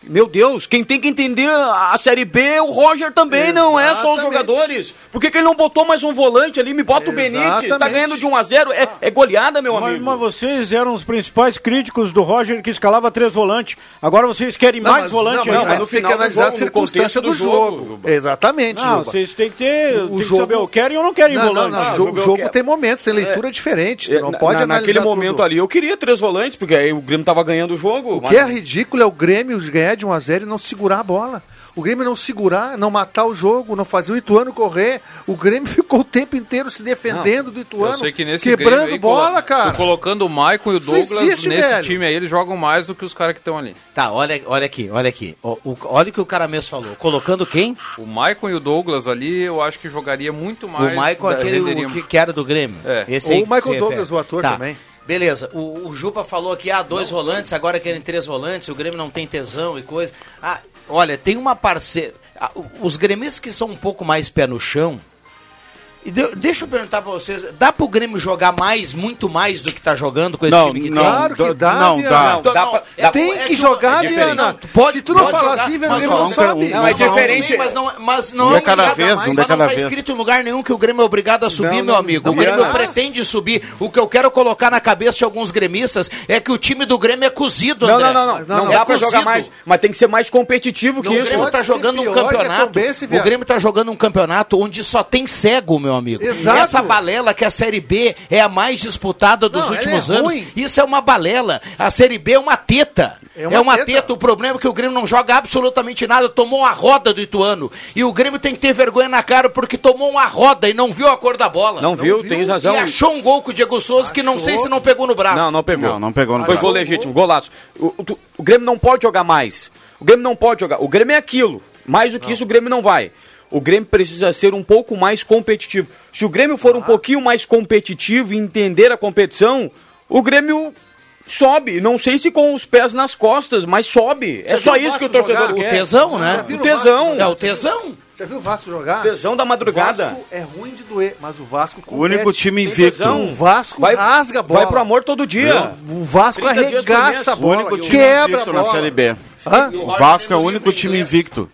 Speaker 6: Meu Deus, quem tem que entender a Série B, o Roger também não é só os
Speaker 5: Exatamente.
Speaker 6: jogadores. Por que, que ele não botou mais um volante ali? Me bota o Benítez, tá
Speaker 5: Exatamente.
Speaker 6: ganhando de 1 a 0 É, é goleada, meu
Speaker 11: Mas,
Speaker 6: amigo.
Speaker 11: mas vocês eram os principais críticos do Roger que escalava três volantes. Agora vocês querem
Speaker 5: Não,
Speaker 11: mais
Speaker 5: mas-
Speaker 11: volante
Speaker 5: não,
Speaker 11: ainda.
Speaker 5: mas
Speaker 6: final
Speaker 5: no final que
Speaker 6: do
Speaker 5: analisar a
Speaker 6: jogo, no
Speaker 5: circunstância
Speaker 6: contexto
Speaker 5: do
Speaker 6: do
Speaker 5: jogo.
Speaker 6: jogo, Juba.
Speaker 5: Exatamente,
Speaker 11: Não,
Speaker 5: Juba.
Speaker 11: vocês têm que ter.
Speaker 5: O
Speaker 11: tem que
Speaker 5: jogo-
Speaker 11: saber, eu quero e eu não quero ir
Speaker 5: Não, não,
Speaker 11: volante.
Speaker 5: não,
Speaker 6: Ah,
Speaker 5: o jogo,
Speaker 6: jogo eu
Speaker 5: jogo
Speaker 6: quero.
Speaker 5: tem momentos,
Speaker 11: É,
Speaker 5: tem leitura diferente. Tu
Speaker 6: É,
Speaker 5: não
Speaker 6: na-
Speaker 5: pode
Speaker 6: na-
Speaker 5: analisar
Speaker 6: Naquele
Speaker 5: tudo.
Speaker 6: momento ali, eu queria três volantes, porque aí o Grêmio tava ganhando o jogo.
Speaker 5: O que é ridículo é o Grêmio ganhar de 1x0 e não segurar a bola. O Grêmio não segurar, não matar o jogo, não fazer o Ituano correr. O Grêmio ficou o tempo inteiro se defendendo do Ituano.
Speaker 8: Eu sei que nesse
Speaker 5: quebrando
Speaker 8: Grêmio aí,
Speaker 5: bola,
Speaker 8: colo-
Speaker 5: cara.
Speaker 8: tu colocando o Maicon e o Douglas
Speaker 5: existe,
Speaker 8: nesse
Speaker 5: velho.
Speaker 8: time aí, eles jogam mais do que os caras que estão ali.
Speaker 3: Tá, olha, olha aqui, olha aqui. O- o- olha o que o cara mesmo falou. Colocando quem?
Speaker 8: O Maicon e o Douglas ali, eu acho que jogaria muito mais.
Speaker 3: o Michael,
Speaker 8: da-
Speaker 3: aquele
Speaker 8: renderia-
Speaker 3: o que, que era do Grêmio.
Speaker 8: É.
Speaker 3: Esse
Speaker 5: Ou
Speaker 3: aí
Speaker 5: o
Speaker 3: que
Speaker 5: Michael
Speaker 3: se refere.
Speaker 5: Douglas, o ator
Speaker 3: Tá.
Speaker 5: também.
Speaker 3: Beleza, o, o Jupa falou que há ah, dois volantes, agora querem três volantes, o Grêmio não tem tesão e coisa. Ah, olha, tem uma parceira. os gremistas que são um pouco mais pé no chão, E de- deixa eu perguntar pra vocês, dá pro Grêmio jogar mais, muito mais do que tá jogando com esse
Speaker 7: Não,
Speaker 3: time que
Speaker 7: não,
Speaker 3: tem?
Speaker 7: Claro que dá, não, Viana. dá.
Speaker 3: Então,
Speaker 7: Dá pra- dá pra-
Speaker 3: é
Speaker 7: Tem que
Speaker 3: tu-
Speaker 7: jogar,
Speaker 3: tu-
Speaker 7: Viana.
Speaker 3: não, tu pode,
Speaker 7: Se tu não
Speaker 3: pode
Speaker 7: falar
Speaker 3: jogar,
Speaker 7: assim,
Speaker 3: mas
Speaker 7: Viana, não
Speaker 3: falar um-
Speaker 7: sabe.
Speaker 3: um-
Speaker 7: Não, é
Speaker 3: falar um
Speaker 7: diferente.
Speaker 3: bem, Mas não, mas não
Speaker 7: Um de cada
Speaker 3: nada
Speaker 7: vez,
Speaker 3: mais.
Speaker 7: um de
Speaker 3: Mas
Speaker 7: cada
Speaker 3: não tá
Speaker 7: vez.
Speaker 3: escrito em lugar nenhum que o Grêmio é obrigado a subir,
Speaker 7: Não,
Speaker 3: meu
Speaker 7: não,
Speaker 3: amigo. o
Speaker 7: não,
Speaker 3: Grêmio
Speaker 7: Viana.
Speaker 3: pretende subir. O que eu quero colocar na cabeça de alguns gremistas é que o time do Grêmio é cozido,
Speaker 6: Não,
Speaker 3: André. É
Speaker 6: não, não, não. Não, dá
Speaker 5: É
Speaker 6: pra jogar mais. Mas tem que ser mais competitivo que
Speaker 3: Não, o
Speaker 6: isso.
Speaker 3: Grêmio tá jogando um campeonato. o Grêmio tá jogando um campeonato onde só tem cego, meu amigo.
Speaker 6: Exato.
Speaker 3: Essa balela que a Série B é a mais disputada dos
Speaker 6: Não,
Speaker 3: últimos
Speaker 6: ela é
Speaker 3: anos.
Speaker 6: ruim.
Speaker 3: Isso é uma balela. A Série B é uma teta. É uma, teta. O problema é que o Grêmio não joga absolutamente nada. Tomou a roda do Ituano. E o Grêmio tem que ter vergonha na cara porque tomou uma roda e não viu a cor da bola.
Speaker 6: Não viu, tens razão.
Speaker 3: E achou um gol com o Diego Souza que não sei se não pegou no braço.
Speaker 6: Não, não pegou.
Speaker 7: Não, não pegou no
Speaker 6: Foi
Speaker 7: braço.
Speaker 6: gol legítimo, golaço. O, o- tu- o Grêmio não pode jogar mais. O Grêmio não pode jogar. O Grêmio é aquilo. Mais do que isso, o Grêmio não vai. O Grêmio precisa ser um pouco mais competitivo. Se o Grêmio for um
Speaker 5: Ah.
Speaker 6: pouquinho mais competitivo e entender a competição, o Grêmio sobe. Não sei se com os pés nas costas, mas sobe. é
Speaker 5: Você
Speaker 6: só
Speaker 5: viu o
Speaker 6: isso que o
Speaker 5: Vasco
Speaker 6: torcedor
Speaker 5: jogar?
Speaker 6: quer.
Speaker 5: O tesão, né? Já
Speaker 6: O
Speaker 5: viram o
Speaker 6: tesão.
Speaker 5: Vasco É, o
Speaker 3: tesão.
Speaker 5: Já viu o Vasco jogar?
Speaker 6: Tesão da madrugada.
Speaker 5: O Vasco é ruim de doer, mas o Vasco
Speaker 7: O único time invicto.
Speaker 5: O Vasco
Speaker 7: Vai-
Speaker 5: rasga a bola.
Speaker 7: vai pro amor todo dia.
Speaker 5: O Vasco
Speaker 7: 30 dias por mês.
Speaker 5: arregaça a bola,
Speaker 7: O único time
Speaker 5: quebra a
Speaker 7: invicto na
Speaker 5: bola.
Speaker 7: Série B.
Speaker 5: Hã?
Speaker 7: O Vasco é o único time invicto.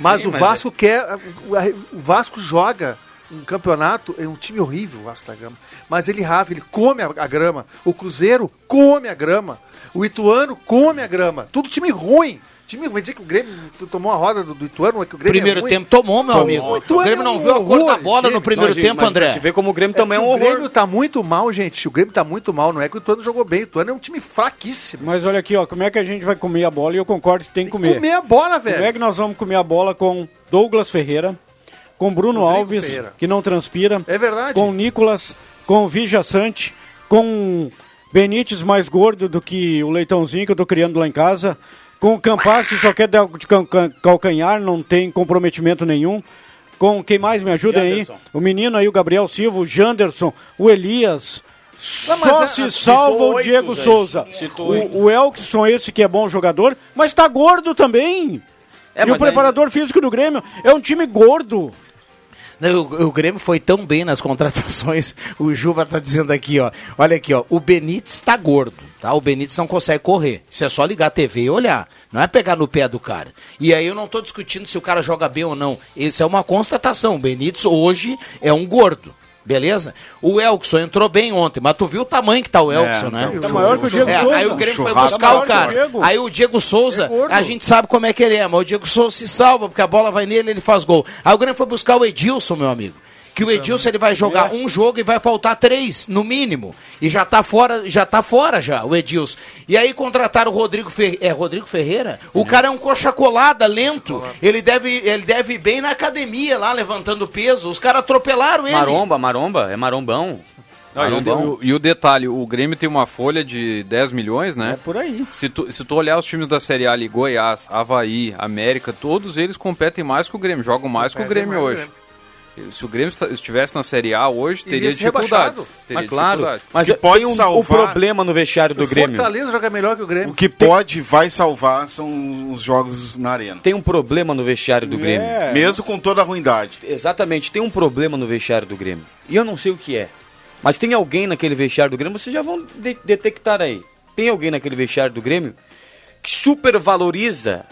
Speaker 5: Mas
Speaker 7: Sim,
Speaker 5: o
Speaker 7: mas é
Speaker 5: Vasco quer. O Vasco joga um campeonato, é um time horrível, o Vasco da Gama. Mas ele rasga, ele come a, a grama. O Cruzeiro come a grama. O Ituano come a grama. Tudo time ruim. Time ruim. Vai dizer que o Grêmio t- tomou a roda do, do Ituano, é que o Grêmio é
Speaker 3: Primeiro
Speaker 5: ruim?
Speaker 3: tempo tomou, meu amigo. O
Speaker 5: Ituano
Speaker 3: Grêmio
Speaker 5: é
Speaker 3: não
Speaker 5: um
Speaker 3: viu a cor da
Speaker 5: horror,
Speaker 3: bola no
Speaker 5: time.
Speaker 3: primeiro Não, gente, tempo, mas André.
Speaker 6: Você vê como o Grêmio também é um
Speaker 5: que O
Speaker 6: horror.
Speaker 5: Grêmio tá muito mal, gente. O Grêmio tá muito mal. Não é que o Ituano jogou bem. O Ituano é um time fraquíssimo.
Speaker 11: Mas olha aqui, ó, como é que a gente vai comer a bola? E eu concordo que tem que comer.
Speaker 5: comer a bola, velho.
Speaker 11: Como é que nós vamos comer a bola com Douglas Ferreira, com Bruno
Speaker 5: Rodrigo
Speaker 11: Alves,
Speaker 5: Ferreira.
Speaker 11: que não transpira.
Speaker 5: É verdade.
Speaker 11: Com Nicolas, com Vija Sante, com Benítez mais gordo do que o leitãozinho que eu tô criando lá em casa. Com o Campas, que só quer dar de can- can- calcanhar, não tem comprometimento nenhum. Com quem mais me ajuda aí?
Speaker 6: Janderson.
Speaker 11: O menino aí, o Gabriel Silva, o Janderson, o Elias.
Speaker 6: Ah, mas
Speaker 11: Só
Speaker 6: a-
Speaker 11: se
Speaker 6: a-
Speaker 11: salva
Speaker 6: citou
Speaker 11: o
Speaker 6: oito,
Speaker 11: Diego
Speaker 6: gente.
Speaker 11: Souza.
Speaker 6: Citou oito.
Speaker 11: O, o Elkson, esse que é bom jogador, mas tá gordo também.
Speaker 6: É,
Speaker 11: e o
Speaker 6: mas
Speaker 11: preparador físico do Grêmio é um time gordo.
Speaker 3: Não, O, o Grêmio foi tão bem nas contratações. O Juba tá dizendo aqui, ó. Olha aqui, ó. O Benítez tá gordo, tá? O Benítez não consegue correr. Isso é só ligar a TV e olhar. Não é pegar no pé do cara. E aí eu não tô discutindo se o cara joga bem ou não. Isso é uma constatação. O Benítez hoje é um gordo. Beleza? O Elkson entrou bem ontem, mas tu viu o tamanho que tá o
Speaker 7: É,
Speaker 3: Elkson,
Speaker 7: tá-
Speaker 3: né?
Speaker 7: tá maior que o Diego
Speaker 3: É,
Speaker 7: Souza.
Speaker 3: Aí o Grêmio foi
Speaker 7: Churrasco.
Speaker 3: buscar o
Speaker 7: Tá maior que o
Speaker 3: cara.
Speaker 7: Diego.
Speaker 3: Aí o Diego Souza,
Speaker 7: gordo.
Speaker 3: a gente sabe como é que ele é, mas o Diego Souza se salva, porque a bola vai nele ele faz gol. Aí o Grêmio foi buscar o Edilson, meu amigo.
Speaker 7: Tá,
Speaker 3: Que o Edilson ele vai jogar
Speaker 7: é.
Speaker 3: um jogo e vai faltar três, no mínimo. E já tá fora, já tá fora já, o Edilson. E aí contrataram o Rodrigo Ferreira. É Rodrigo Ferreira? O cara é um coxa colada, lento. Ele deve, ele deve ir bem na academia lá, levantando peso. Os caras atropelaram ele.
Speaker 6: Maromba, maromba, é marombão.
Speaker 8: Ah, e, o de-
Speaker 6: Marombão.
Speaker 8: o- e o detalhe, o Grêmio tem uma folha de 10 milhões, né? É
Speaker 11: por aí.
Speaker 8: Se tu, se tu olhar os times da Série A ali, Goiás, Havaí, América, todos eles competem mais que o Grêmio, jogam mais que o
Speaker 5: Competem
Speaker 8: Grêmio
Speaker 5: mais que
Speaker 8: hoje. Se o Grêmio esta- estivesse na Série A hoje,
Speaker 5: Iria
Speaker 8: teria
Speaker 5: ser
Speaker 8: dificuldades.
Speaker 5: rebaixado.
Speaker 8: Teria
Speaker 6: Mas claro,
Speaker 8: dificuldades.
Speaker 6: mas
Speaker 7: Que pode
Speaker 6: tem um, o
Speaker 7: salvar-
Speaker 6: problema no vestiário do Grêmio.
Speaker 5: Fortaleza joga melhor que o Grêmio.
Speaker 7: O que pode vai salvar são os jogos na arena.
Speaker 6: Tem um problema É. no vestiário do Grêmio.
Speaker 7: Mesmo com toda a ruindade.
Speaker 6: Exatamente, tem um problema no vestiário do Grêmio. E eu não sei o que é. Mas tem alguém naquele vestiário do Grêmio, vocês já vão de- detectar aí. Tem alguém naquele vestiário do Grêmio que supervaloriza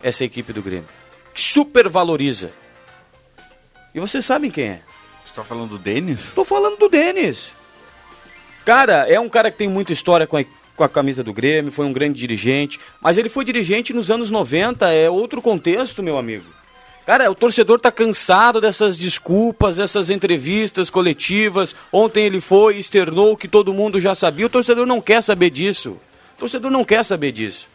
Speaker 6: essa equipe do Grêmio. Que supervaloriza. E vocês sabem quem é.
Speaker 7: Você tá falando do Denis?
Speaker 6: Tô falando do Denis. Cara, é um cara que tem muita história com a, com a camisa do Grêmio, foi um grande dirigente, mas ele foi dirigente nos anos 90, é outro contexto, meu amigo. Cara, o torcedor tá cansado dessas desculpas, dessas entrevistas coletivas. Ontem ele foi, externou o que todo mundo já sabia. O torcedor não quer saber disso. O torcedor não quer saber disso.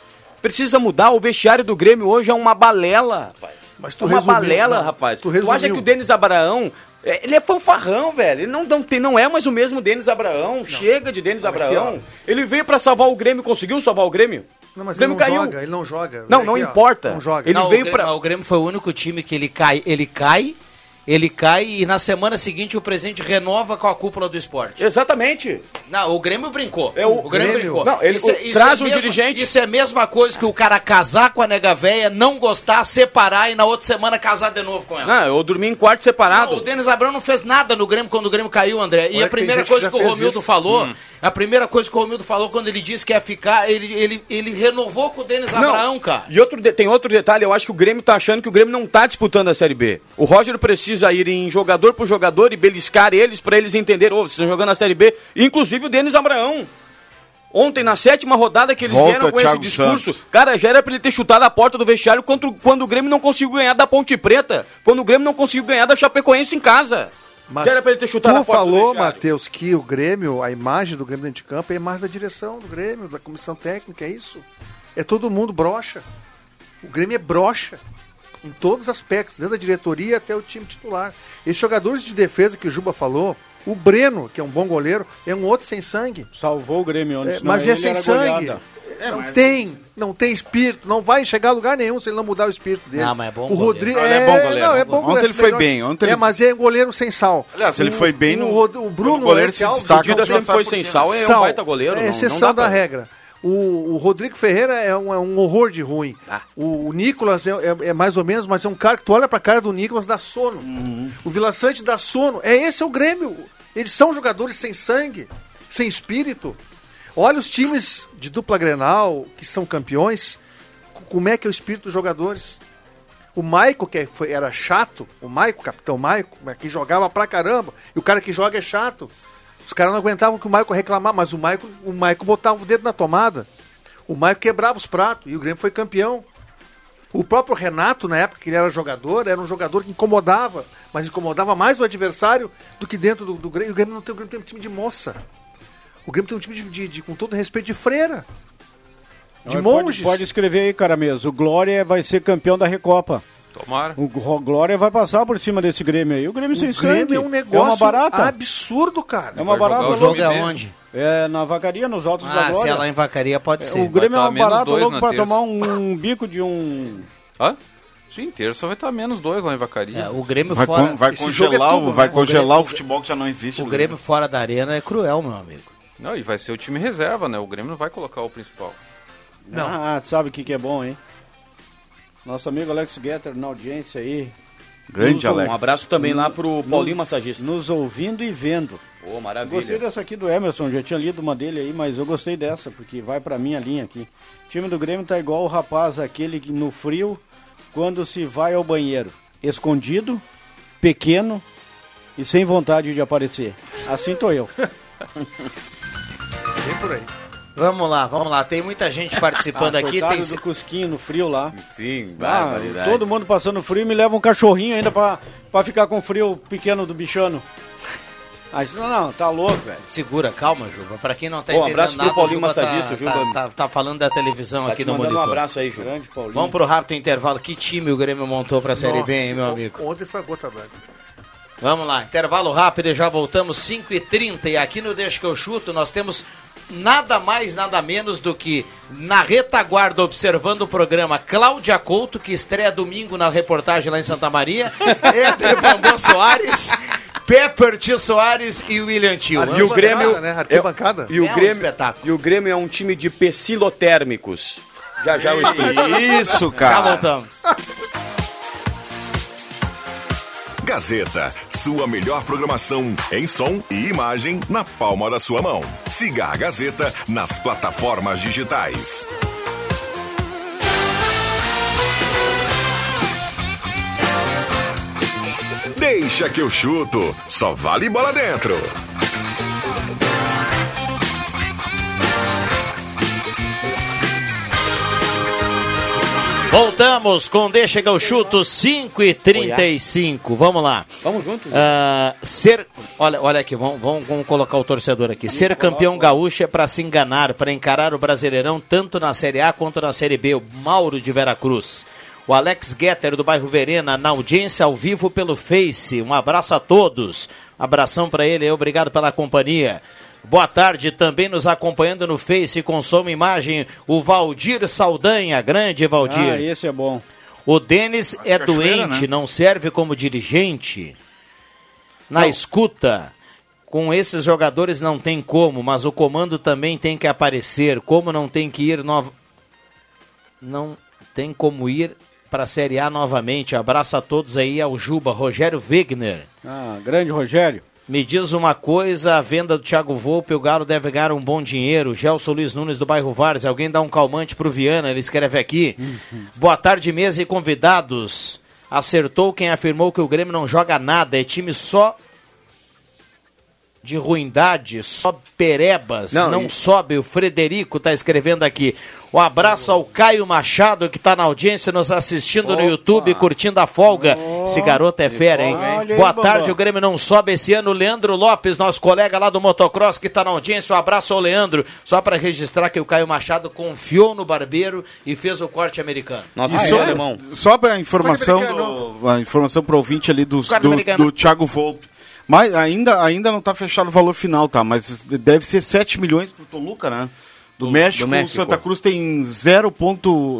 Speaker 6: Precisa mudar. O vestiário do Grêmio hoje é uma balela, rapaz. Mas
Speaker 5: tu
Speaker 6: é uma
Speaker 5: resumiu,
Speaker 6: balela,
Speaker 5: não.
Speaker 6: rapaz.
Speaker 5: Tu
Speaker 6: Tu,
Speaker 5: resumiu.
Speaker 6: acha que o Denis Abraão. é, Ele é fanfarrão, velho. Ele não, não, tem, não é mais o mesmo Denis Abraão. Chega de Denis Abraão. ele veio pra salvar o Grêmio, conseguiu salvar o Grêmio?
Speaker 5: Não, mas
Speaker 6: o
Speaker 5: ele
Speaker 6: Grêmio
Speaker 5: não
Speaker 6: caiu.
Speaker 5: joga, ele não joga.
Speaker 6: Não,
Speaker 5: Olha
Speaker 6: não
Speaker 5: aqui, ó.
Speaker 6: importa.
Speaker 5: Não joga.
Speaker 6: Ele
Speaker 3: Não, o
Speaker 6: veio
Speaker 3: Grêmio-
Speaker 6: pra.
Speaker 3: O Grêmio foi o único time que ele cai, ele cai ele cai e na semana seguinte o presidente renova com a cúpula do esporte.
Speaker 6: Exatamente.
Speaker 3: Não, o Grêmio brincou.
Speaker 6: É
Speaker 3: o, Grêmio, brincou.
Speaker 6: Não, ele
Speaker 3: Isso é-
Speaker 6: o-
Speaker 3: isso
Speaker 6: traz
Speaker 3: é
Speaker 6: um
Speaker 3: mesma-
Speaker 6: dirigente.
Speaker 3: Isso é a mesma coisa que o cara casar com a nega véia, não gostar, separar e na outra semana casar de novo com ela.
Speaker 6: Não, eu dormi em quarto separado.
Speaker 3: O Denis Abrão não fez nada no Grêmio quando o Grêmio caiu, André.
Speaker 6: Olha
Speaker 3: E a
Speaker 6: que tem
Speaker 3: primeira
Speaker 6: gente
Speaker 3: coisa
Speaker 6: que
Speaker 3: que o
Speaker 6: já fez
Speaker 3: Romildo
Speaker 6: isso.
Speaker 3: falou,
Speaker 6: Hum.
Speaker 3: a primeira coisa que o Romildo falou quando ele disse que ia ficar, ele, ele, ele renovou com o Denis Abrão, cara.
Speaker 6: E outro de- tem outro detalhe, eu acho que o Grêmio tá achando que o Grêmio não tá disputando a Série B. O Roger precisa ir em jogador por jogador e beliscar eles pra eles entenderem, ô, vocês estão jogando a Série B, inclusive o Denis Abraão. Ontem, na sétima rodada que eles
Speaker 7: Volta,
Speaker 6: vieram com esse
Speaker 7: Thiago
Speaker 6: discurso,
Speaker 7: Santos.
Speaker 6: cara, já era pra ele ter chutado a porta do vestiário contra, o- quando o Grêmio não conseguiu ganhar da Ponte Preta, quando o Grêmio não conseguiu ganhar da Chapecoense em casa. já era pra ele ter chutado a
Speaker 5: Tu
Speaker 6: porta do
Speaker 5: falou,
Speaker 6: vestiário.
Speaker 5: Matheus, que o Grêmio, a imagem do Grêmio dentro de campo é a imagem da direção do Grêmio, da comissão técnica, é isso? É todo mundo brocha. O Grêmio é brocha em todos os aspectos, desde a diretoria até o time titular. Esses jogadores de defesa que o Juba falou, o Breno, que é um bom goleiro, é um outro sem sangue.
Speaker 11: Salvou o Grêmio ontem.
Speaker 5: É,
Speaker 11: senão
Speaker 5: mas
Speaker 11: ele
Speaker 5: é sem
Speaker 11: era
Speaker 5: sangue.
Speaker 11: goleada.
Speaker 5: não tem, não tem espírito, não vai chegar a lugar nenhum se ele não mudar o espírito dele.
Speaker 3: Ah, mas é bom
Speaker 5: o
Speaker 3: goleiro.
Speaker 5: Rodrigo
Speaker 7: Ele é bom goleiro.
Speaker 5: Não, é bom
Speaker 7: Ontem
Speaker 5: goleiro,
Speaker 7: ele foi
Speaker 5: melhor-
Speaker 7: bem, ontem
Speaker 5: é,
Speaker 7: ele-
Speaker 5: mas é um goleiro sem sal.
Speaker 7: Aliás, ele
Speaker 5: O-
Speaker 7: foi bem
Speaker 5: O,
Speaker 7: no-
Speaker 5: Rod- o Bruno
Speaker 7: quando o goleiro
Speaker 5: esse
Speaker 7: se
Speaker 5: Alves,
Speaker 7: destaca,
Speaker 5: o Dida
Speaker 7: não
Speaker 5: sempre
Speaker 7: sabe
Speaker 5: foi
Speaker 7: por quê.
Speaker 5: sem
Speaker 6: Sal é um
Speaker 5: sal.
Speaker 6: baita goleiro, não-
Speaker 5: É
Speaker 6: não
Speaker 5: exceção
Speaker 6: dá pra-
Speaker 5: da regra. O, o Rodrigo Ferreira é um, é um horror de ruim. O, o Nicolas é, é- é mais ou menos, mas é um cara que tu olha pra cara do Nicolas, dá sono. O Vila Sante dá sono. É esse é o Grêmio. Eles são jogadores sem sangue, sem espírito. Olha os times de dupla Grenal, que são campeões, c- como é que é o espírito dos jogadores. O Maico, que foi- era chato, o Maico, capitão Maico, mas que jogava pra caramba, e o cara que joga é chato. Os caras não aguentavam que o Maico reclamar, mas o Maico, o Maico botava o dedo na tomada. O Maico quebrava os pratos e o Grêmio foi campeão. O próprio Renato, na época que ele era jogador, era um jogador que incomodava, mas incomodava mais o adversário do que dentro do, do Grêmio. E O Grêmio não tem, o Grêmio tem um time de moça. O Grêmio tem um time de, de- de- com todo respeito, de freira. De
Speaker 11: Olha, pode-
Speaker 5: monges.
Speaker 11: Pode escrever aí, cara mesmo. O Glória vai ser campeão da Recopa.
Speaker 8: Tomara.
Speaker 11: O Gro- Glória vai passar por cima desse Grêmio aí. O Grêmio sem
Speaker 5: o Grêmio
Speaker 11: sangue.
Speaker 5: é um negócio
Speaker 11: uma barata.
Speaker 5: absurdo, cara.
Speaker 11: É uma
Speaker 8: Vai jogar
Speaker 11: barata.
Speaker 8: o
Speaker 11: louca.
Speaker 8: jogo é onde?
Speaker 11: É na vacaria, nos altos da
Speaker 3: Ah, se
Speaker 11: Glória.
Speaker 3: ela invacaria, pode ser.
Speaker 11: O Grêmio é
Speaker 8: Vai
Speaker 11: um
Speaker 8: tá menos
Speaker 11: barato
Speaker 8: dois
Speaker 11: louco
Speaker 8: na
Speaker 11: pra
Speaker 8: terça.
Speaker 11: tomar um, bico de um.
Speaker 8: Hã? Sim, terça vai estar menos dois lá em Vacaria.
Speaker 3: É, o Grêmio
Speaker 7: Vai,
Speaker 3: fora...
Speaker 7: con- vai
Speaker 5: esse jogo é
Speaker 7: congelar,
Speaker 5: tudo,
Speaker 7: o, vai
Speaker 5: né?
Speaker 7: congelar o futebol que já não existe.
Speaker 3: O
Speaker 7: no
Speaker 3: Grêmio fora da arena é cruel, meu amigo.
Speaker 8: Não, e vai ser o time reserva, né? O Grêmio não vai colocar o principal.
Speaker 11: Não. Ah, sabe o que, que é bom, hein? Nosso amigo Alex Getter na audiência aí,
Speaker 7: Grande
Speaker 11: Luzon,
Speaker 7: Alex.
Speaker 6: Um abraço também lá pro Paulinho Massagista.
Speaker 11: nos ouvindo e vendo.
Speaker 6: Pô,
Speaker 11: Gostei
Speaker 6: maravilha.
Speaker 11: dessa aqui do Emerson, já tinha lido uma dele aí, mas eu gostei dessa, porque vai pra minha linha aqui. O time do Grêmio tá igual o rapaz, aquele que no frio, quando se vai ao banheiro. Escondido, pequeno e sem vontade de aparecer. Assim tô eu.
Speaker 3: Vamos lá, vamos lá. Tem muita gente participando
Speaker 11: Ah,
Speaker 3: aqui.
Speaker 11: coitado
Speaker 3: Tem...
Speaker 11: do Cusquinho no frio lá.
Speaker 6: Sim,
Speaker 11: Ah,
Speaker 6: barbaridade.
Speaker 11: todo mundo passando frio e me leva um cachorrinho ainda pra, pra ficar com o frio pequeno do bichano. Aí, disse, não, não, tá louco, velho.
Speaker 3: Segura, calma, Juba. Pra quem não tá
Speaker 6: Bom,
Speaker 3: entendendo
Speaker 6: abraço pro
Speaker 3: nada, o
Speaker 6: Paulinho
Speaker 3: Juba tá-
Speaker 6: Massagista, o Juba-
Speaker 3: Tá, tá- tá falando da televisão
Speaker 6: Tá
Speaker 3: aqui
Speaker 6: te
Speaker 3: no
Speaker 6: mandando
Speaker 3: monitor.
Speaker 6: um abraço aí, Ju.
Speaker 11: Grande Paulinho.
Speaker 3: Vamos pro rápido intervalo. Que time o Grêmio montou pra Série B, hein, meu amigo?
Speaker 5: Ontem foi a gota d'água.
Speaker 3: Vamos lá, intervalo rápido e já voltamos, 5h30. E aqui no Deixa que eu chuto, nós temos nada mais, nada menos do que na retaguarda, observando o programa Cláudia Couto, que estreia domingo na reportagem lá em Santa Maria, Éder Bambô Soares, Pepper T. Soares e William Tio.
Speaker 5: Arthur
Speaker 6: E o
Speaker 5: Arquibancada,
Speaker 6: Grêmio.
Speaker 5: né? Arquibancada.
Speaker 6: E o
Speaker 3: É um
Speaker 6: Grêmio,
Speaker 3: espetáculo.
Speaker 6: E o Grêmio é um time de pecilotérmicos. Já já eu explico.
Speaker 7: Isso,
Speaker 3: Já
Speaker 7: cara.
Speaker 3: voltamos.
Speaker 1: Gazeta, sua melhor programação em som e imagem na palma da sua mão. Siga a Gazeta nas plataformas digitais. Deixa que eu chuto, só vale bola dentro.
Speaker 3: Voltamos com Deixa que eu chuto, 5h35. Vamos lá.
Speaker 6: Vamos juntos?
Speaker 3: Ah, ser, olha, olha aqui, vamos, vamos, vamos colocar o torcedor aqui. Ser campeão gaúcho é para se enganar, para encarar o Brasileirão tanto na Série A quanto na Série B. O Mauro de Veracruz. O Alex Guetter do bairro Verena, na audiência ao vivo pelo Face. Um abraço a todos. Abração para ele, obrigado pela companhia. Boa tarde, também nos acompanhando no Face, consome imagem, o Valdir Saldanha, grande Valdir.
Speaker 11: Ah, esse é bom.
Speaker 3: O Denis é
Speaker 7: cachoeira,
Speaker 3: doente,
Speaker 7: né?
Speaker 3: não serve como dirigente. Na escuta, com esses jogadores não tem como, mas o comando também tem que aparecer. Como não tem que ir nova. Não tem como ir para a Série A novamente. Abraço a todos aí, ao Juba, Rogério Wegner.
Speaker 11: Ah, grande Rogério.
Speaker 3: Me diz uma coisa, a venda do Thiago Volpe, o Galo deve ganhar um bom dinheiro. Gelson Luiz Nunes do bairro Vares, alguém dá um calmante pro Viana, ele escreve aqui.
Speaker 11: Uhum.
Speaker 3: Boa tarde, mesa e convidados. Acertou quem afirmou que o Grêmio não joga nada, é time só de ruindade, só perebas, não,
Speaker 6: Não, e-
Speaker 3: sobe. O Frederico tá escrevendo aqui. Um abraço ao Caio Machado, que tá na audiência, nos assistindo no YouTube, curtindo a folga. Esse garoto é fera, hein?
Speaker 11: Olha aí,
Speaker 3: Boa
Speaker 11: Bambam.
Speaker 3: tarde, o Grêmio não sobe esse ano. Leandro Lopes, nosso colega lá do motocross, que tá na audiência. Um abraço ao Leandro. Só para registrar que o Caio Machado confiou no barbeiro e fez o corte americano. é
Speaker 7: E só, Ah, é? só a informação, do, a informação pro ouvinte ali dos,
Speaker 3: Guarda
Speaker 7: do,
Speaker 3: americano.
Speaker 7: do Thiago Volpe. Mas ainda, ainda não tá fechado o valor final, tá? Mas deve ser 7 milhões pro Toluca, né? Do, México,
Speaker 6: do México.
Speaker 7: o Santa Cruz tem 0,0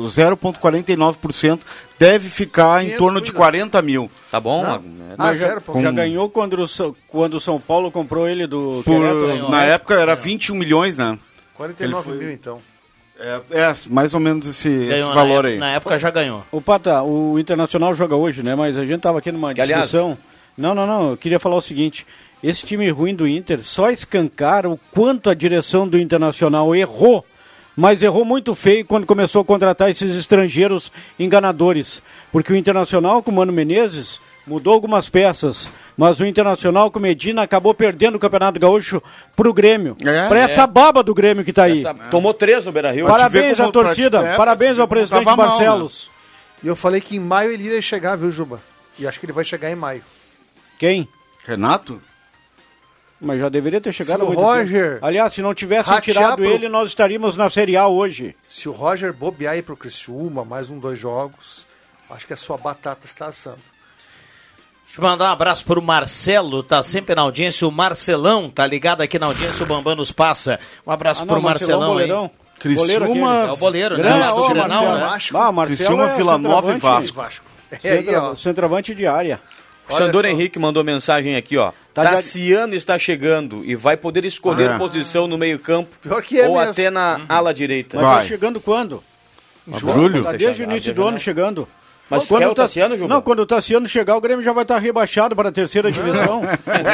Speaker 7: 0,49%, deve ficar em
Speaker 11: 500
Speaker 7: torno de
Speaker 11: milhões.
Speaker 7: 40 mil.
Speaker 6: Tá bom?
Speaker 7: Não.
Speaker 11: Mas Ah, já, já
Speaker 7: Com-
Speaker 11: ganhou quando o, São- quando o São Paulo comprou ele do
Speaker 7: Por-
Speaker 11: Querétaro,
Speaker 7: na
Speaker 11: né?
Speaker 7: época era 21 milhões, né?
Speaker 5: 49 mil, então.
Speaker 7: É, é, mais ou menos esse, esse
Speaker 3: Ganhou na
Speaker 7: valor
Speaker 3: época-
Speaker 7: aí.
Speaker 3: na época já ganhou.
Speaker 11: O Pata, o Internacional joga hoje, né? Mas a gente tava aqui numa
Speaker 3: Que, aliás-
Speaker 11: discussão. Não, não, não. Eu queria falar o seguinte. Esse time ruim do Inter só escancara o quanto a direção do Internacional errou. Mas errou muito feio quando começou a contratar esses estrangeiros enganadores. Porque o Internacional, com o Mano Menezes, mudou algumas peças. Mas o Internacional com o Medina acabou perdendo o Campeonato Gaúcho pro Grêmio.
Speaker 6: É,
Speaker 11: pra
Speaker 6: é.
Speaker 11: essa baba do Grêmio que tá aí.
Speaker 6: Essa- Tomou três no Beira Rio.
Speaker 11: Parabéns à torcida, parabéns ao presidente
Speaker 7: né?
Speaker 11: Barcelos.
Speaker 5: né? E eu falei que em maio ele iria chegar, viu, Juba? E acho que ele vai chegar em maio.
Speaker 11: Quem?
Speaker 7: Renato?
Speaker 11: Mas já deveria ter chegado
Speaker 5: Se o
Speaker 11: há muito tempo.
Speaker 5: Roger
Speaker 11: Aliás, se não tivessem
Speaker 5: ratear
Speaker 11: tirado
Speaker 5: pro-
Speaker 11: ele, nós estaríamos na Série A hoje.
Speaker 5: Se o Roger bobear aí pro Criciúma, mais um, dois jogos, acho que a sua batata está assando.
Speaker 3: Deixa eu mandar um abraço pro Marcelo, tá sempre na audiência. O Marcelão, tá ligado aqui na audiência, o Bambam nos passa. Um abraço
Speaker 11: Ah, não,
Speaker 3: pro
Speaker 11: Marcelão,
Speaker 3: Marcelão,
Speaker 11: goleirão.
Speaker 3: aí.
Speaker 11: Criciúma- Goleiro aquele.
Speaker 3: É o boleiro, né?
Speaker 11: Grande,
Speaker 3: Lá do
Speaker 11: ô,
Speaker 3: Grenal,
Speaker 11: Marcelo.
Speaker 3: né?
Speaker 11: Vasco. Bah, Marcelo
Speaker 7: Criciúma,
Speaker 11: é
Speaker 7: Vila Nova e
Speaker 11: centroavante.
Speaker 7: Vasco.
Speaker 5: É aí,
Speaker 11: Centro-
Speaker 5: ó.
Speaker 11: Centroavante de área.
Speaker 6: O Sandor Henrique mandou mensagem aqui, ó.
Speaker 11: Tá de-
Speaker 6: Tassiano está chegando e vai poder escolher
Speaker 11: Ah, é.
Speaker 6: posição no meio-campo
Speaker 11: Pior que é
Speaker 6: ou
Speaker 11: mesmo.
Speaker 6: até na ala direita.
Speaker 11: Mas tá chegando quando?
Speaker 7: Ah,
Speaker 6: Julho?
Speaker 11: Tá desde o início do ano chegando.
Speaker 6: né? Mas
Speaker 11: quando
Speaker 6: quer o
Speaker 11: Ta-
Speaker 6: Tassiano, Juba?
Speaker 11: Não, quando o Tassiano chegar, o Grêmio já vai estar rebaixado para a terceira divisão.
Speaker 5: O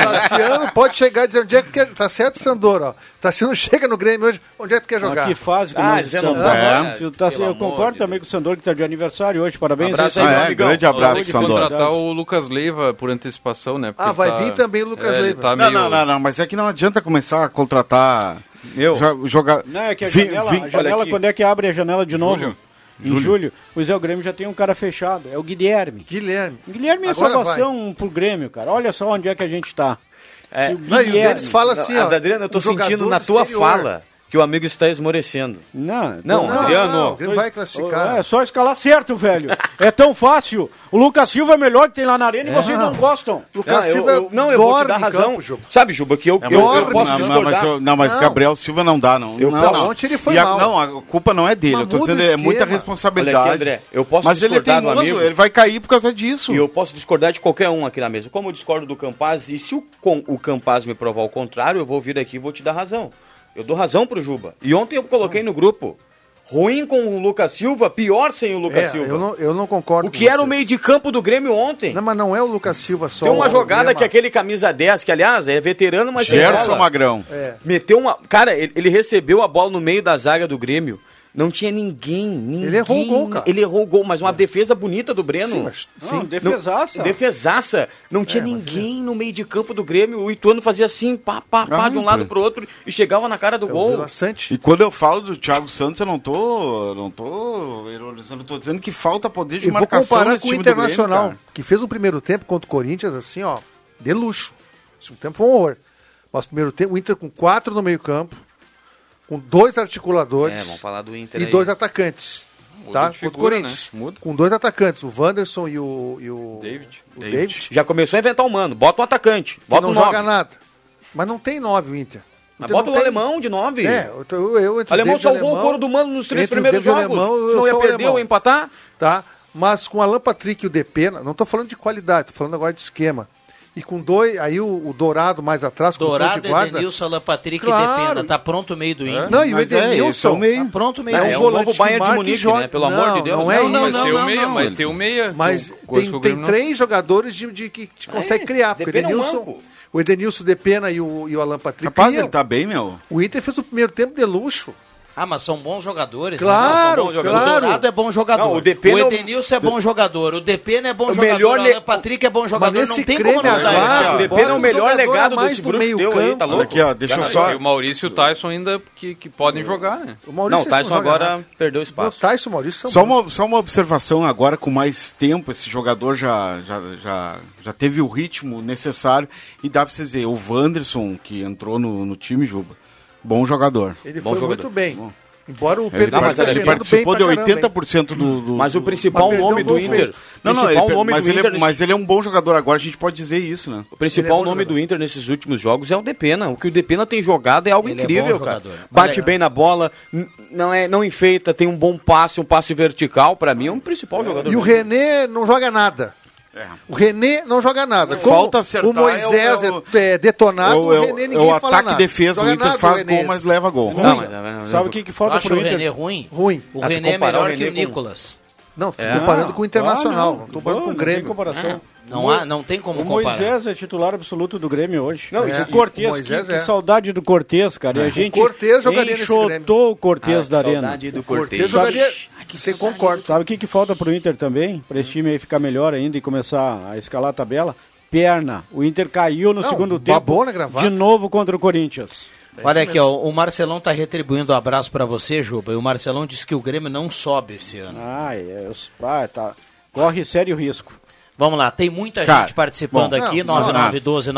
Speaker 5: Tassiano pode chegar e dizer onde é que tu quer. Tá certo, Sandor, ó. Tassiano chega no Grêmio hoje, onde é que tu quer jogar?
Speaker 11: Ah, que fase que nós estamos.
Speaker 6: tá
Speaker 5: É.
Speaker 11: Se o Tassi- eu concordo também com o Sandor, que está de aniversário hoje. Parabéns.
Speaker 8: Um Abraço
Speaker 11: aí, é um
Speaker 8: aí,
Speaker 11: meu
Speaker 8: meu
Speaker 11: amigão.
Speaker 8: amigão. Falou de contratar o Lucas Leiva por antecipação, né? Porque
Speaker 11: Ah, vai
Speaker 8: tá-
Speaker 11: vir também o Lucas
Speaker 8: é, ele
Speaker 11: Leiva.
Speaker 8: Tá
Speaker 7: não,
Speaker 8: meio...
Speaker 7: não, não, não, mas é que não adianta começar a contratar.
Speaker 6: Eu?
Speaker 7: jogar.
Speaker 11: Não, é que a
Speaker 7: Vi-
Speaker 11: janela,
Speaker 7: vi-
Speaker 11: a janela, quando é que abre a janela de novo?
Speaker 7: Julho.
Speaker 11: Em julho. Pois é, o Grêmio já tem um cara fechado. É o Guilherme.
Speaker 5: Guilherme.
Speaker 11: Guilherme é a
Speaker 5: Agora
Speaker 11: salvação pro Grêmio, cara. Olha só onde é que a gente tá. Se o
Speaker 6: Não, e o deles fala assim, ó, Adriano, eu tô
Speaker 11: um jogador
Speaker 6: sentindo na
Speaker 11: do
Speaker 6: tua
Speaker 11: exterior.
Speaker 6: fala que o amigo está esmorecendo.
Speaker 11: Não,
Speaker 6: não,
Speaker 11: não,
Speaker 6: Adriano.
Speaker 11: não,
Speaker 5: Ele vai classificar.
Speaker 11: É só escalar certo, velho. é tão fácil. O Lucas Silva é melhor que tem lá na arena e
Speaker 6: É.
Speaker 11: vocês não gostam.
Speaker 6: não, eu, eu, não, eu vou te dar razão. Sabe, Juba, que eu,
Speaker 7: É,
Speaker 6: eu, eu
Speaker 7: mas-
Speaker 6: posso
Speaker 7: não,
Speaker 6: discordar.
Speaker 7: mas, eu- não, mas Gabriel Silva não dá, não.
Speaker 6: Eu
Speaker 7: não,
Speaker 6: posso-
Speaker 7: não.
Speaker 6: Ontem ele foi
Speaker 7: E a,
Speaker 6: mal.
Speaker 7: Não, a culpa não é dele.
Speaker 6: Mas
Speaker 7: eu tô
Speaker 6: muda o
Speaker 7: dizendo, é
Speaker 6: esquema.
Speaker 7: muita responsabilidade.
Speaker 6: Olha aqui, André, eu posso
Speaker 7: mas ele é
Speaker 6: discordar do
Speaker 7: teimoso,
Speaker 6: amigo.
Speaker 7: ele vai cair por causa disso.
Speaker 6: E eu posso discordar de qualquer um aqui na mesa. Como eu discordo do Campaz, e se o, com- o Campaz me provar o contrário, eu vou vir aqui e vou te dar razão. Eu dou razão pro Juba. E ontem eu coloquei no grupo. Ruim com o Lucas Silva, pior sem o Lucas
Speaker 5: É,
Speaker 6: Silva.
Speaker 5: Eu não, eu não concordo.
Speaker 6: O que era o meio de campo do Grêmio ontem?
Speaker 5: Não, mas não é o Lucas Silva só.
Speaker 6: Tem uma
Speaker 5: o
Speaker 6: jogada
Speaker 5: problema.
Speaker 6: que é aquele camisa 10, que aliás é veterano, mas tem
Speaker 7: Gerson
Speaker 6: bola.
Speaker 7: Magrão.
Speaker 5: É.
Speaker 6: Meteu uma. Cara, ele, ele recebeu a bola no meio da zaga do Grêmio. Não tinha ninguém, ninguém.
Speaker 5: Ele errou o gol, cara. É.
Speaker 6: Ele errou o gol, mas uma defesa bonita do Breno.
Speaker 5: Sim, mas-
Speaker 6: Não,
Speaker 5: sim. É,
Speaker 11: defesaça.
Speaker 6: Não, defesaça. Não tinha ninguém no meio de campo do Grêmio. O Ituano fazia assim, pá, pá, pá,
Speaker 7: Ah,
Speaker 6: de um
Speaker 7: não,
Speaker 6: lado
Speaker 7: pô.
Speaker 6: pro outro e chegava na
Speaker 5: É
Speaker 6: cara do gol.
Speaker 7: E quando eu falo do Thiago Santos, eu não tô, não tô ironizando, eu tô dizendo que falta poder de
Speaker 5: Eu vou
Speaker 7: marcação
Speaker 5: comparar
Speaker 7: nesse
Speaker 5: com o
Speaker 7: time do
Speaker 5: Internacional,
Speaker 7: Grêmio,
Speaker 5: que fez um primeiro tempo contra o Corinthians, assim, ó, de luxo. O segundo tempo foi um horror. Mas o primeiro tempo, o Inter com quatro no meio campo, com dois articuladores.
Speaker 6: É, vamos falar do Inter
Speaker 5: E
Speaker 6: aí.
Speaker 5: dois atacantes.
Speaker 6: Muda
Speaker 5: tá?
Speaker 6: de
Speaker 5: Contra o
Speaker 6: figura,
Speaker 5: Corinthians.
Speaker 6: né? Muda.
Speaker 5: Com dois atacantes, o Wanderson e o... E o David. O David.
Speaker 6: Já começou a inventar o mano. Bota um atacante.
Speaker 5: que
Speaker 6: Bota
Speaker 5: não
Speaker 6: um
Speaker 5: joga
Speaker 6: nove.
Speaker 5: nada. Mas não tem nove o Inter.
Speaker 6: Mas
Speaker 5: Inter
Speaker 6: bota
Speaker 5: não
Speaker 6: o
Speaker 5: tem-
Speaker 6: alemão de nove.
Speaker 5: É, eu, eu, eu entre
Speaker 6: alemão
Speaker 5: David e
Speaker 6: salvou o couro do mano nos três
Speaker 5: entre o
Speaker 6: primeiros
Speaker 5: David e
Speaker 6: jogos.
Speaker 5: Alemão, eu
Speaker 6: Senão ia
Speaker 5: sou
Speaker 6: perder
Speaker 5: alemão.
Speaker 6: ou empatar.
Speaker 5: Tá? Mas com Alan Patrick e o Depena, não estou falando de qualidade, estou falando agora de esquema. E com dois, aí o, o Dourado mais atrás, com o ponto
Speaker 3: Dourado,
Speaker 5: de guarda.
Speaker 3: Edenilson, Alain Patrick
Speaker 5: Claro. é
Speaker 3: e Depena. Tá pronto o meio do Inter.
Speaker 5: Não, e o Edenilson.
Speaker 3: Tá pronto o meio do
Speaker 5: É um volante que marca e joga. né?
Speaker 3: né?
Speaker 5: Não, Não, é
Speaker 8: não, mas
Speaker 5: isso.
Speaker 8: tem o meia, mas tem
Speaker 5: um
Speaker 8: o
Speaker 7: É,
Speaker 8: meia.
Speaker 5: Mas
Speaker 8: com- com
Speaker 5: tem,
Speaker 8: esse
Speaker 5: tem
Speaker 8: Grêmio não-
Speaker 5: três jogadores de, de que te consegue criar. Porque o
Speaker 8: Depena é um
Speaker 5: Edenilson,
Speaker 8: manco.
Speaker 5: o Edenilson Depena e o, e o Alan Patrick.
Speaker 7: Rapaz,
Speaker 5: criam.
Speaker 7: ele tá bem, meu.
Speaker 5: O Inter fez o primeiro tempo de luxo.
Speaker 3: Ah, mas são bons jogadores. né?
Speaker 5: Claro,
Speaker 3: Não, são bons jogadores.
Speaker 5: claro.
Speaker 3: O Dourado é bom jogador.
Speaker 5: Não,
Speaker 3: o,
Speaker 5: o Depena é o-
Speaker 3: Edenilson é bom jogador. O Depena é bom
Speaker 5: O
Speaker 3: jogador.
Speaker 5: melhor
Speaker 3: O
Speaker 5: le-
Speaker 3: Alan Patrick é bom jogador. Não
Speaker 5: nesse
Speaker 3: tem como
Speaker 5: Grêmio
Speaker 3: não dar.
Speaker 5: agora,
Speaker 3: errado.
Speaker 5: o Depena
Speaker 11: um
Speaker 5: é o melhor Bota o jogador legado mais desse do grupo meio teu aí, campo. tá louco?
Speaker 7: Olha aqui, ó, deixa eu
Speaker 8: Ah,
Speaker 7: só.
Speaker 8: E o Maurício e o Tyson ainda que, que podem jogar, né?
Speaker 5: O
Speaker 7: Maurício Não, o Tyson não joga agora nada.
Speaker 6: perdeu
Speaker 5: O Tyson, o Maurício são
Speaker 7: Só uma, só uma observação agora, com mais tempo, esse jogador já, já, já, já teve o ritmo necessário. E dá pra vocês verem, o Wanderson, que entrou no, no time, Juba, bom jogador.
Speaker 5: Ele
Speaker 7: bom
Speaker 5: foi
Speaker 7: jogador.
Speaker 5: muito bem. Embora o
Speaker 7: Ele,
Speaker 5: Pedro
Speaker 7: part-
Speaker 5: tenha
Speaker 7: ele
Speaker 5: jogado
Speaker 7: participou
Speaker 5: bem
Speaker 7: de
Speaker 5: pra caramba, hein?
Speaker 7: 80% do, do-
Speaker 6: Mas o
Speaker 7: do-
Speaker 6: principal
Speaker 7: Mas
Speaker 6: nome
Speaker 7: perdeu
Speaker 6: do
Speaker 7: um gol.
Speaker 6: Inter-
Speaker 7: Não, não, ele,
Speaker 6: principal
Speaker 7: per-
Speaker 6: nome
Speaker 7: mas,
Speaker 6: do
Speaker 7: ele,
Speaker 6: Inter-
Speaker 7: é, mas ele é um bom jogador agora, a gente pode dizer isso, né?
Speaker 6: O
Speaker 5: é
Speaker 6: principal nome do Inter nesses últimos jogos é o Depena. O que o Depena tem jogado é algo
Speaker 3: Ele é
Speaker 6: incrível,
Speaker 3: bom
Speaker 6: cara.
Speaker 3: jogador. Mas
Speaker 6: Bate
Speaker 3: é-
Speaker 6: bem na bola, n- não, é, não enfeita, tem um bom passe, um passe vertical. Pra mim é um principal jogador.
Speaker 5: E o René é não joga nada. O René não joga nada. Como
Speaker 7: É. Falta acertar
Speaker 5: O Moisés
Speaker 7: é
Speaker 5: é,
Speaker 7: o-
Speaker 5: é detonado, o,
Speaker 7: é o-
Speaker 5: René
Speaker 7: é o
Speaker 5: ninguém fala
Speaker 7: ataque e
Speaker 5: nada.
Speaker 7: defesa, o
Speaker 5: Joga
Speaker 7: Inter
Speaker 5: nada,
Speaker 7: faz
Speaker 5: René.
Speaker 7: gol, mas leva gol.
Speaker 5: Ruim.
Speaker 7: Não, mas- mas-
Speaker 11: Sabe o que, que falta
Speaker 3: Acha
Speaker 11: pro
Speaker 3: o
Speaker 11: Inter?
Speaker 3: René ruim?
Speaker 5: Ruim.
Speaker 3: O
Speaker 6: Ah, tu
Speaker 3: René é
Speaker 6: comparar o
Speaker 3: melhor que
Speaker 6: René
Speaker 3: o
Speaker 6: com-
Speaker 3: Nicolas.
Speaker 5: Não, tô
Speaker 6: É.
Speaker 5: comparando com o Internacional.
Speaker 11: Ah,
Speaker 5: não tô comparando com o
Speaker 11: Não tem
Speaker 5: Grêmio.
Speaker 11: comparação.
Speaker 3: Ah, Não há- não tem como
Speaker 11: o
Speaker 3: comparar.
Speaker 11: Moisés é titular absoluto do Grêmio hoje.
Speaker 5: Não,
Speaker 11: É.
Speaker 5: isso-
Speaker 11: o Cortez,
Speaker 5: o Moisés
Speaker 11: que,
Speaker 5: é.
Speaker 11: que saudade do Cortez, cara. E
Speaker 5: É.
Speaker 11: a
Speaker 5: O
Speaker 11: gente
Speaker 5: Cortez jogaria nesse Grêmio.
Speaker 11: enxotou o Cortez
Speaker 6: Ah,
Speaker 11: da
Speaker 6: saudade
Speaker 11: arena.
Speaker 6: do
Speaker 11: O
Speaker 6: Cortez.
Speaker 5: Eu
Speaker 11: sabe-
Speaker 5: jogaria... Você concorda.
Speaker 11: Sabe o que, que falta pro Inter também? Pra esse time aí ficar melhor ainda e começar a escalar a tabela? Perna. O Inter caiu no
Speaker 5: Não,
Speaker 11: segundo
Speaker 5: babou
Speaker 11: tempo.
Speaker 5: na gravata.
Speaker 11: de novo contra o Corinthians.
Speaker 3: Olha aqui, ó, o Marcelão tá retribuindo o abraço pra você, Juba. E o Marcelão disse que o Grêmio não sobe esse ano.
Speaker 11: Ai, é, os- ah, tá. Corre sério risco.
Speaker 3: Vamos lá, tem muita
Speaker 7: Cara,
Speaker 3: gente participando
Speaker 7: bom,
Speaker 3: aqui,
Speaker 7: não, não.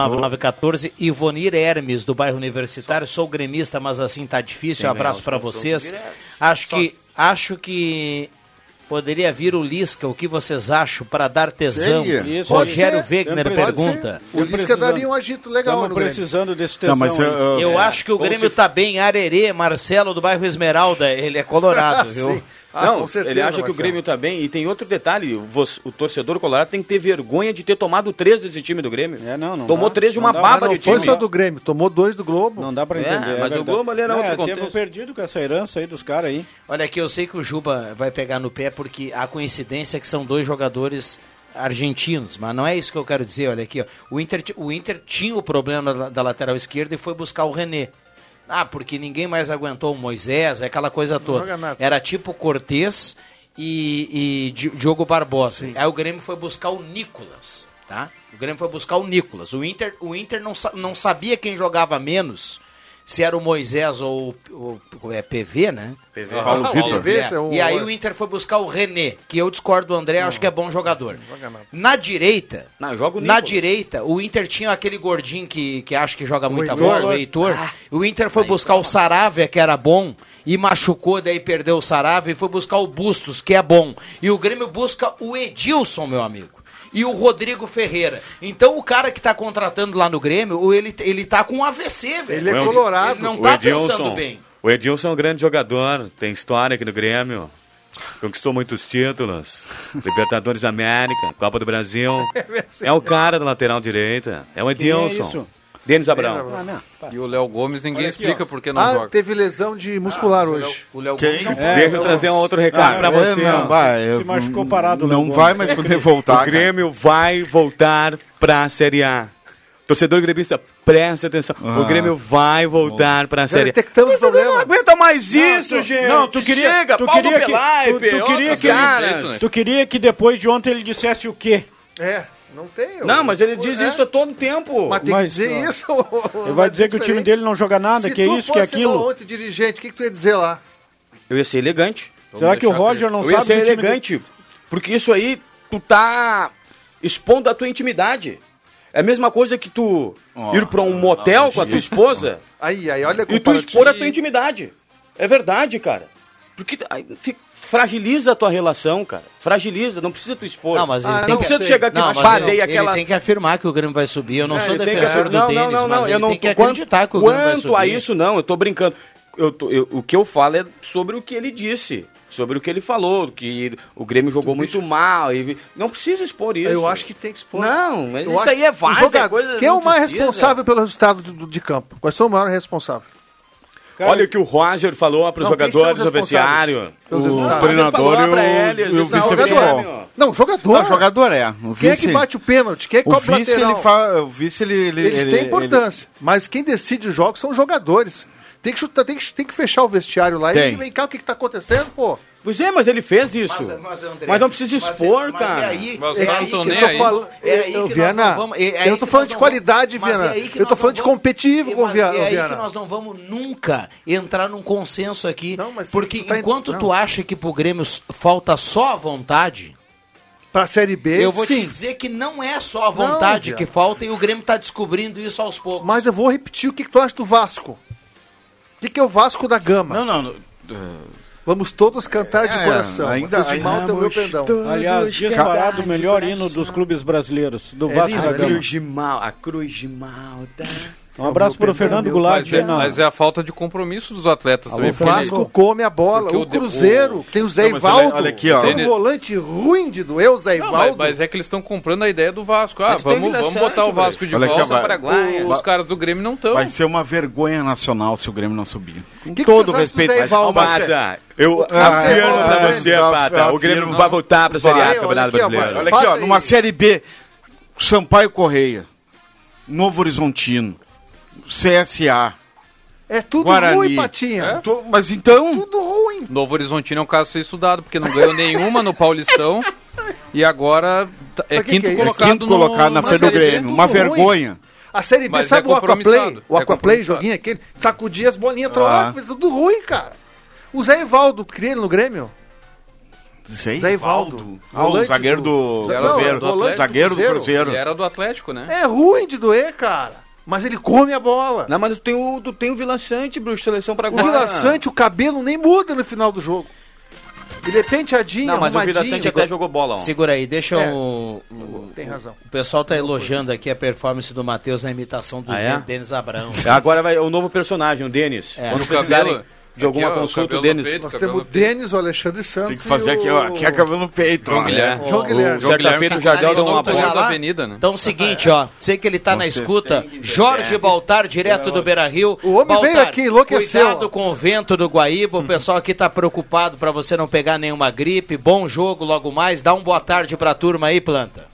Speaker 3: 9912-9914. Ivonir Hermes, do bairro Universitário. Sou gremista, mas assim tá difícil. Um
Speaker 11: é,
Speaker 3: abraço pra vocês. Acho que, acho que poderia vir o Lisca. O que vocês acham para dar tesão?
Speaker 7: Seria.
Speaker 11: Isso,
Speaker 3: Rogério
Speaker 5: pode
Speaker 11: ser.
Speaker 3: Wegner
Speaker 11: Pode ser.
Speaker 3: pergunta.
Speaker 5: O
Speaker 11: Estamos
Speaker 5: Lisca daria
Speaker 11: precisando.
Speaker 5: um agito legal
Speaker 11: Estamos
Speaker 5: no Grêmio.
Speaker 11: precisando desse tesão.
Speaker 7: Não, mas
Speaker 11: aí. É.
Speaker 7: eu-
Speaker 3: Eu acho que o
Speaker 6: Como
Speaker 3: Grêmio
Speaker 6: se-
Speaker 3: tá bem. Arerê, Marcelo, do bairro Esmeralda. Ele é colorado, viu?
Speaker 5: Sim. Ah,
Speaker 6: não,
Speaker 5: com certeza,
Speaker 6: ele acha que o
Speaker 5: Marcelo.
Speaker 6: Grêmio tá bem. E tem outro detalhe: o, você- o torcedor colorado tem que ter vergonha de ter tomado três desse time do Grêmio.
Speaker 11: É, não, não
Speaker 6: Tomou
Speaker 11: dá.
Speaker 6: três de uma
Speaker 11: Não dá,
Speaker 5: Mas
Speaker 6: baba
Speaker 5: não
Speaker 6: de
Speaker 5: foi
Speaker 6: time.
Speaker 5: só do Grêmio, tomou dois do Globo.
Speaker 11: Não dá pra
Speaker 6: É,
Speaker 11: entender.
Speaker 6: mas o
Speaker 11: verdade.
Speaker 5: Então,
Speaker 6: Globo ali era
Speaker 5: né,
Speaker 11: Não,
Speaker 6: outro
Speaker 11: é, tempo
Speaker 6: contexto.
Speaker 11: perdido com essa herança aí dos caras aí.
Speaker 3: Olha aqui, eu sei que o Juba vai pegar no pé porque a coincidência é que são dois jogadores argentinos, mas não é isso que eu quero dizer. Olha aqui, ó. O, Inter, ti- o Inter tinha o problema da, da lateral esquerda e foi buscar o René. Ah, porque ninguém mais aguentou o Moisés, aquela coisa
Speaker 5: joga
Speaker 3: toda.
Speaker 5: nada.
Speaker 3: Era tipo Cortez e, e Di- Diogo Barbosa. Aí o Grêmio foi buscar o Nicolas, tá? O Grêmio foi buscar o Nicolas. O Inter, o Inter não, sa- não sabia quem jogava menos, se era o Moisés ou o, o é, PV, né?
Speaker 6: PV.
Speaker 7: Paulo
Speaker 5: Ah,
Speaker 7: Vitor.
Speaker 5: vê se
Speaker 3: É,
Speaker 5: é um-
Speaker 3: E aí o Inter foi buscar o René, que eu discordo do André, acho que é bom jogador. Na direita,
Speaker 6: Não, joga o
Speaker 3: na
Speaker 6: Nicolas.
Speaker 3: direita, o Inter tinha aquele gordinho que, que acha que joga muita
Speaker 5: Heitor.
Speaker 3: bola, o Heitor. o Inter foi buscar o Saravia, que era bom, e machucou, daí perdeu o Saravia, e foi buscar o Bustos, que é bom. E o Grêmio busca o Edilson, meu amigo. E o Rodrigo Ferreira. Então o cara que tá contratando lá no Grêmio, o- ele, ele tá com AVC, velho.
Speaker 5: Ele é colorado.
Speaker 3: Ele não tá pensando bem.
Speaker 12: O Edilson é um grande jogador, tem história aqui no Grêmio. Conquistou muitos títulos. Libertadores da América, Copa do Brasil. É o cara da lateral direita. É o Edilson.
Speaker 11: isso?
Speaker 12: Denis Abrão.
Speaker 11: Ah,
Speaker 8: E o Léo Gomes ninguém
Speaker 11: Olha aqui,
Speaker 8: explica
Speaker 11: ó.
Speaker 8: por que não
Speaker 5: Ah,
Speaker 8: joga.
Speaker 5: teve lesão de muscular hoje. É,
Speaker 3: O Léo
Speaker 7: Quem?
Speaker 3: Gomes não
Speaker 12: Deixa eu trazer um outro
Speaker 5: Ah,
Speaker 12: recado pra
Speaker 7: é,
Speaker 12: você.
Speaker 7: não, vai, eu-
Speaker 11: Se machucou parado,
Speaker 7: Não
Speaker 11: Léo
Speaker 7: vai
Speaker 11: Gomes.
Speaker 7: mais poder voltar.
Speaker 12: O
Speaker 7: cara.
Speaker 12: Grêmio vai voltar pra Série A. Torcedor gremista, presta atenção.
Speaker 7: Ah.
Speaker 12: o Grêmio vai voltar pra
Speaker 5: Já
Speaker 12: Série A.
Speaker 5: detectamos o
Speaker 12: Torcedor não
Speaker 5: problema.
Speaker 12: aguenta mais isso, gente.
Speaker 11: Não, tu queria,
Speaker 12: Chega,
Speaker 11: tu
Speaker 12: Paulo
Speaker 11: queria que,
Speaker 12: Pelaipe,
Speaker 11: tu, tu queria
Speaker 12: outros
Speaker 11: que
Speaker 12: caras.
Speaker 11: tu queria que depois de ontem ele dissesse o quê?
Speaker 5: É, não tem. eu-
Speaker 6: Não, mas ele diz
Speaker 5: É.
Speaker 6: isso a todo tempo.
Speaker 5: Mas tem
Speaker 11: Mas,
Speaker 5: que dizer
Speaker 11: ó,
Speaker 5: isso.
Speaker 11: Ele vai dizer que o time dele não joga nada, que é isso, que é aquilo.
Speaker 5: ontem dirigente, o que, que tu ia dizer lá?
Speaker 6: Eu ia ser elegante.
Speaker 11: Será que o
Speaker 8: deixar
Speaker 11: Roger não
Speaker 6: Eu ia
Speaker 11: sabe
Speaker 6: ser
Speaker 11: que o time
Speaker 6: elegante. Porque isso aí, tu tá expondo a tua intimidade. É a mesma coisa que tu ir pra um motel com a tua esposa
Speaker 5: Aí, aí, olha
Speaker 6: e tu expor a tua intimidade. É verdade, cara. Porque aí fi- fragiliza a tua relação, cara. Fragiliza, não precisa tu expor.
Speaker 3: Não, mas ele
Speaker 5: Ah,
Speaker 3: tem
Speaker 5: não
Speaker 3: que
Speaker 5: precisa
Speaker 6: chegar aqui e
Speaker 3: mas
Speaker 6: bater
Speaker 3: ele,
Speaker 6: aquela-
Speaker 3: ele tem que afirmar que o Grêmio vai subir. Eu não
Speaker 6: É,
Speaker 3: sou
Speaker 6: ele tem que
Speaker 3: defensor
Speaker 6: acreditar-
Speaker 3: do Denis, mas ele tem que
Speaker 6: tô-
Speaker 3: acreditar que o Grêmio vai
Speaker 6: Quanto
Speaker 3: subir.
Speaker 6: a isso, não, eu tô brincando. eu tô- eu- o que eu falo é sobre o que ele disse, sobre o que ele falou, que o Grêmio jogou muito mal. E, não precisa expor isso.
Speaker 5: Eu acho que tem que expor.
Speaker 6: Não, mas
Speaker 5: Eu
Speaker 6: isso
Speaker 5: acho-
Speaker 6: aí é
Speaker 5: o
Speaker 6: várzea,
Speaker 5: jogador-
Speaker 6: coisa-
Speaker 5: Quem é
Speaker 6: não
Speaker 5: o mais
Speaker 6: precisa.
Speaker 5: responsável pelo resultado do- do- de campo? Quais são o maior responsável?
Speaker 12: Olha o que o Roger falou para os
Speaker 5: Não, quem são
Speaker 12: jogadores
Speaker 5: os
Speaker 12: do vestiário.
Speaker 5: responsáveis pelos resultados?
Speaker 7: treinador e o- e o vice-futebol.
Speaker 5: né, Não, jogador.
Speaker 7: Não, jogador é. O
Speaker 5: Quem é
Speaker 7: vice-
Speaker 5: que bate o pênalti? Quem é que
Speaker 7: o
Speaker 5: cobra o
Speaker 7: vice,
Speaker 5: lateral?
Speaker 7: ele fa... o vice ele, ele,
Speaker 5: Eles
Speaker 7: ele-
Speaker 5: têm importância, mas quem decide os jogos são os jogadores. Tem que, chutar, tem que, tem que fechar o vestiário lá
Speaker 7: Tem.
Speaker 5: e vem cá o que, que tá acontecendo, pô.
Speaker 6: Pois é, mas ele fez isso.
Speaker 5: Mas-
Speaker 6: mas,
Speaker 5: André,
Speaker 6: não precisa
Speaker 5: mas-
Speaker 6: expor,
Speaker 5: mas é
Speaker 6: cara.
Speaker 5: aí-
Speaker 6: Mas
Speaker 5: é
Speaker 6: os caras
Speaker 5: aí
Speaker 6: não tão
Speaker 5: que
Speaker 6: nem
Speaker 5: eu
Speaker 6: aí.
Speaker 5: falo-
Speaker 3: É aí
Speaker 5: Eu-
Speaker 3: que
Speaker 5: Viana,
Speaker 3: nós não vamos. é aí
Speaker 5: eu tô
Speaker 3: que
Speaker 5: falando
Speaker 3: nós
Speaker 5: de
Speaker 3: não
Speaker 5: qualidade,
Speaker 3: vamos- mas
Speaker 5: Viana.
Speaker 3: é aí que
Speaker 5: eu
Speaker 3: nós
Speaker 5: tô
Speaker 3: não
Speaker 5: falando de
Speaker 3: vamos-
Speaker 5: competitivo,
Speaker 3: é,
Speaker 5: com
Speaker 3: mas
Speaker 5: Viana.
Speaker 3: É aí que
Speaker 5: Viana.
Speaker 3: nós não vamos nunca entrar num consenso aqui. porque
Speaker 5: tá-
Speaker 3: enquanto
Speaker 5: não.
Speaker 3: tu acha que pro Grêmio s- falta só a vontade.
Speaker 5: Pra Série B,
Speaker 3: eu vou te
Speaker 5: sim.
Speaker 3: dizer que não é só a
Speaker 5: Não,
Speaker 3: vontade que
Speaker 5: Viana.
Speaker 3: falta e o Grêmio tá descobrindo isso aos poucos.
Speaker 5: Mas eu vou repetir o que, que tu acha do Vasco. O que, que é o Vasco da Gama? Não,
Speaker 7: não. é-
Speaker 5: Vamos todos cantar de
Speaker 11: É,
Speaker 5: coração.
Speaker 11: ainda-
Speaker 5: Os de
Speaker 11: ainda-
Speaker 5: mal teu meu pendão.
Speaker 11: Aliás, disparado o melhor hino dos clubes brasileiros,
Speaker 6: É
Speaker 11: do Vasco da Gama.
Speaker 6: de mal, a cruz de malta. Ah,
Speaker 11: Um abraço pro Fernando Goulart.
Speaker 8: Mas é,
Speaker 11: Fernando.
Speaker 8: mas é a falta de compromisso dos atletas
Speaker 11: Alô,
Speaker 8: também.
Speaker 5: O Vasco come a bola.
Speaker 8: Porque
Speaker 5: O
Speaker 8: o de-
Speaker 5: Cruzeiro
Speaker 8: o-
Speaker 5: tem o Zé
Speaker 8: Não, mas olha-
Speaker 5: Ivaldo.
Speaker 8: olha aqui, ó.
Speaker 5: Tem
Speaker 8: Ele-
Speaker 5: um volante ruim de doer, o Zé
Speaker 8: Não, mas,
Speaker 5: Ivaldo.
Speaker 8: mas é que eles estão comprando a ideia do Vasco. Ah,
Speaker 5: É
Speaker 7: Mas tem
Speaker 8: vamos,
Speaker 7: Vila
Speaker 8: vamos
Speaker 7: Sante,
Speaker 8: botar o Vasco de
Speaker 7: Olha aqui,
Speaker 8: volta.
Speaker 7: ó,
Speaker 8: Paraguai.
Speaker 7: o-
Speaker 8: Os caras do Grêmio não estão.
Speaker 7: Vai ser uma vergonha nacional se o Grêmio não subir. Com
Speaker 5: que
Speaker 7: todo
Speaker 8: vocês acham
Speaker 7: respeito.
Speaker 8: do Zé Ivaldo?
Speaker 12: Pata, eu
Speaker 7: Ah,
Speaker 12: afirmo
Speaker 7: é,
Speaker 12: pra
Speaker 7: é,
Speaker 12: você,
Speaker 7: é,
Speaker 12: Pata, o
Speaker 7: afirmo,
Speaker 12: Grêmio não
Speaker 7: não.
Speaker 12: vai voltar pra Série A
Speaker 7: Vai,
Speaker 12: do Campeonato
Speaker 7: olha aqui, ó,
Speaker 12: Brasileiro.
Speaker 7: Olha aqui, ó, numa Série B, Sampaio Correia, Novo Horizontino, CSA.
Speaker 5: É tudo
Speaker 7: Guarani.
Speaker 5: ruim, Patinha.
Speaker 7: Tô- Mas então...
Speaker 5: Tudo ruim.
Speaker 8: Novo Horizontino é um caso a ser estudado, porque não ganhou nenhuma no Paulistão. E agora tá- é
Speaker 5: Sabe o que
Speaker 8: quinto
Speaker 5: que é isso?
Speaker 8: colocado,
Speaker 7: Quinto colocado na frente do
Speaker 8: Série B. é
Speaker 7: Grêmio. Uma
Speaker 5: Tudo ruim.
Speaker 7: vergonha.
Speaker 5: A Série B,
Speaker 8: Mas
Speaker 5: sabe
Speaker 8: é
Speaker 5: o Aquaplay?
Speaker 8: compromissado.
Speaker 5: O
Speaker 8: É
Speaker 5: Aquaplay,
Speaker 8: compromissado.
Speaker 5: joguinho aquele, sacudia as bolinhas, trollava,
Speaker 7: Ah.
Speaker 5: fez tudo ruim, cara. O Zé Ivaldo, cria ele no Grêmio?
Speaker 7: Zé
Speaker 5: Zé Ivaldo.
Speaker 7: Ivaldo. Ah, o
Speaker 5: Volante
Speaker 7: zagueiro do,
Speaker 5: do- Era
Speaker 7: Cruzeiro.
Speaker 5: do Atlético,
Speaker 7: zagueiro do
Speaker 5: Cruzeiro.
Speaker 7: Cruzeiro.
Speaker 8: Ele era do Atlético, né?
Speaker 5: É ruim de doer, cara. Mas ele come a bola.
Speaker 6: Não, mas tu tem o, tu tem o Vila Sante, Bruxo, seleção pra
Speaker 5: O Vila Sante, o cabelo nem muda no final do jogo. Ele é penteadinho,
Speaker 6: Não, mas o Vila
Speaker 5: arrumadinho.
Speaker 6: Sante até jogou bola, ó.
Speaker 3: Segura aí, deixa
Speaker 5: É.
Speaker 3: o, o-
Speaker 5: Tem razão.
Speaker 3: O pessoal tá elogiando aqui a performance do Matheus na imitação do
Speaker 6: Ah, é?
Speaker 3: Denis Abrão.
Speaker 6: Agora vai o novo personagem, o Denis.
Speaker 3: É.
Speaker 6: Quando
Speaker 3: E o
Speaker 6: precisarem
Speaker 3: cabelo?
Speaker 6: de alguma
Speaker 3: Aqui, ó, o
Speaker 6: consulta, o
Speaker 3: cabelo
Speaker 6: Denis.
Speaker 3: do peito,
Speaker 5: Nós temos o Denis, o Alexandre Santos.
Speaker 7: Tem que fazer aqui, ó, aqui é cabelo no peito. ó. É.
Speaker 3: Guilherme.
Speaker 5: João Guilherme.
Speaker 6: João Guilherme
Speaker 3: Jornal
Speaker 6: dá uma bola.
Speaker 8: avenida, né?
Speaker 3: Então, o seguinte, ó. Sei que ele tá na
Speaker 6: Vocês
Speaker 3: escuta.
Speaker 7: É.
Speaker 3: Jorge Baltar, direto do Beira Rio. O
Speaker 5: homem veio aqui, enlouqueceu.
Speaker 3: Cuidado com o vento do Guaíba. O pessoal aqui tá preocupado pra você não pegar nenhuma gripe. Bom jogo logo mais. Dá um boa tarde pra turma aí, planta.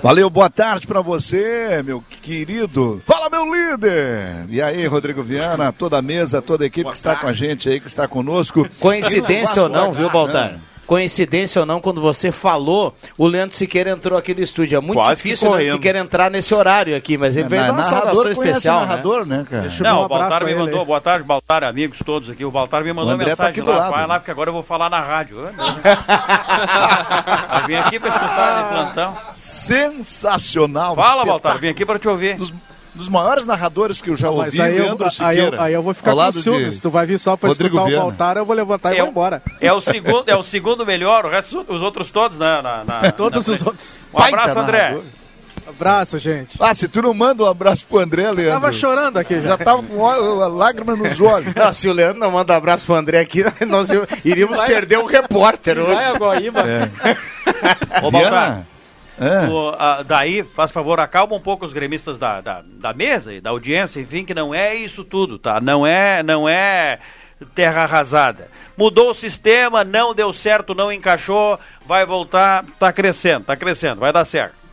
Speaker 13: Valeu, boa tarde pra você, meu querido. Fala, meu líder! E aí, Rodrigo Viana, toda a mesa, toda a equipe que está com a gente aí, que está conosco.
Speaker 3: Coincidência ou não, viu, Baltar?
Speaker 13: Né?
Speaker 3: Coincidência ou não, quando você falou, o Leandro Siqueira entrou aqui no estúdio. É muito
Speaker 13: Quase que
Speaker 3: difícil o Leandro
Speaker 13: correndo.
Speaker 3: Siqueira entrar nesse horário aqui, mas
Speaker 5: É,
Speaker 3: ele veio dar é uma saudação especial. né?
Speaker 13: né, cara?
Speaker 3: Deixa eu dar
Speaker 14: Não,
Speaker 3: um
Speaker 14: o Baltar
Speaker 3: abraço a
Speaker 14: me
Speaker 3: ele
Speaker 14: mandou,
Speaker 3: aí.
Speaker 14: boa tarde, Baltar, amigos todos aqui. O Baltar me
Speaker 13: O
Speaker 14: mandou
Speaker 13: André tá
Speaker 14: mensagem
Speaker 13: aqui do
Speaker 14: lá,
Speaker 13: lado.
Speaker 14: vai lá, porque agora eu vou falar na rádio. Eu vim aqui pra escutar de plantão.
Speaker 13: Sensacional. um
Speaker 14: Fala,
Speaker 13: espetáculo.
Speaker 14: Baltar, vim aqui pra te ouvir.
Speaker 13: Dos, dos maiores narradores que eu já ouvi,
Speaker 10: Mas aí eu,
Speaker 13: Leandro
Speaker 10: aí,
Speaker 13: Siqueira.
Speaker 10: eu, aí eu vou ficar
Speaker 13: Ao
Speaker 10: com
Speaker 13: lado de
Speaker 10: ciúmes. Um Tu vai vir só pra
Speaker 13: Rodrigo
Speaker 10: escutar
Speaker 13: Viana.
Speaker 10: o Baltar, eu vou levantar e
Speaker 14: É
Speaker 10: vou
Speaker 14: o-
Speaker 10: embora.
Speaker 14: É o segundo, é o segundo melhor, o resto, os outros todos, né? na- na-
Speaker 10: Todos
Speaker 14: na
Speaker 10: os
Speaker 14: frente.
Speaker 10: outros.
Speaker 14: Um abraço,
Speaker 13: Baita
Speaker 14: André.
Speaker 13: narrador.
Speaker 10: Abraço, gente.
Speaker 13: Ah, se tu não manda um abraço pro André, Leandro.
Speaker 10: Tava chorando aqui já.
Speaker 13: Já tá um- tava com ó- ó- lágrima nos olhos.
Speaker 15: Não, se o Leandro não manda abraço pro André aqui, nós iríamos
Speaker 14: Vai-
Speaker 15: perder o repórter hoje.
Speaker 14: Vai a Guaíba. Ô, Baltar.
Speaker 13: É. Viana, é.
Speaker 14: O- a- daí, faz favor, acalma um pouco os gremistas da, da, da mesa e da audiência, enfim, que não é isso tudo, tá? Não é, não é terra arrasada. Mudou o sistema, não deu certo, não encaixou, vai voltar, tá crescendo, tá crescendo, vai dar certo.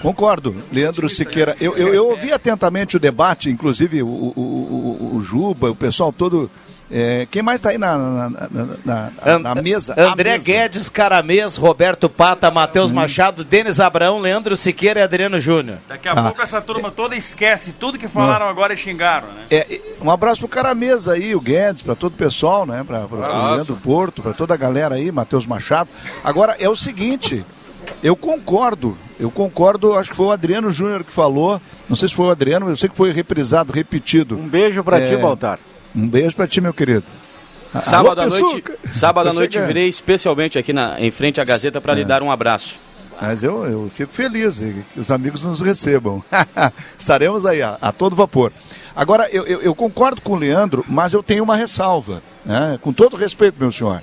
Speaker 13: Concordo, Leandro Siqueira. Eu, eu, eu ouvi atentamente o debate, inclusive o, o- o- o- o Juba, o pessoal todo. é, quem mais está aí na, na, na- na- na- na mesa?
Speaker 3: André
Speaker 13: A mesa. Hum.
Speaker 3: Guedes, Caramês, Roberto Pata, Matheus Machado, Denis Abraão, Leandro Siqueira e Adriano Júnior.
Speaker 14: Daqui a
Speaker 13: Ah.
Speaker 14: pouco essa turma toda esquece tudo que falaram agora e xingaram, né?
Speaker 13: É, e- um abraço pro cara à mesa aí, o Guedes, para todo o pessoal, né? Para
Speaker 14: Abraço.
Speaker 13: o Leandro Porto, para toda a galera aí, Matheus Machado. Agora é o seguinte, eu concordo, eu concordo, acho que foi o Adriano Júnior que falou, não sei se foi o Adriano, eu sei que foi reprisado, repetido. Um
Speaker 11: beijo pra ti, Baltar.
Speaker 13: Um beijo para ti, meu querido. A-
Speaker 6: Sábado
Speaker 5: Ah,
Speaker 13: alô,
Speaker 6: à
Speaker 13: Pessuca.
Speaker 6: noite, sábado à
Speaker 13: Tá
Speaker 6: noite
Speaker 13: chegando.
Speaker 5: É.
Speaker 6: virei especialmente aqui na, em frente à Gazeta para lhe dar um abraço.
Speaker 13: Mas eu, eu fico feliz e que os amigos nos recebam. Estaremos aí a, a todo vapor. Agora, eu, eu- eu concordo com o Leandro, mas eu tenho uma ressalva. né? Com todo respeito, meu senhor.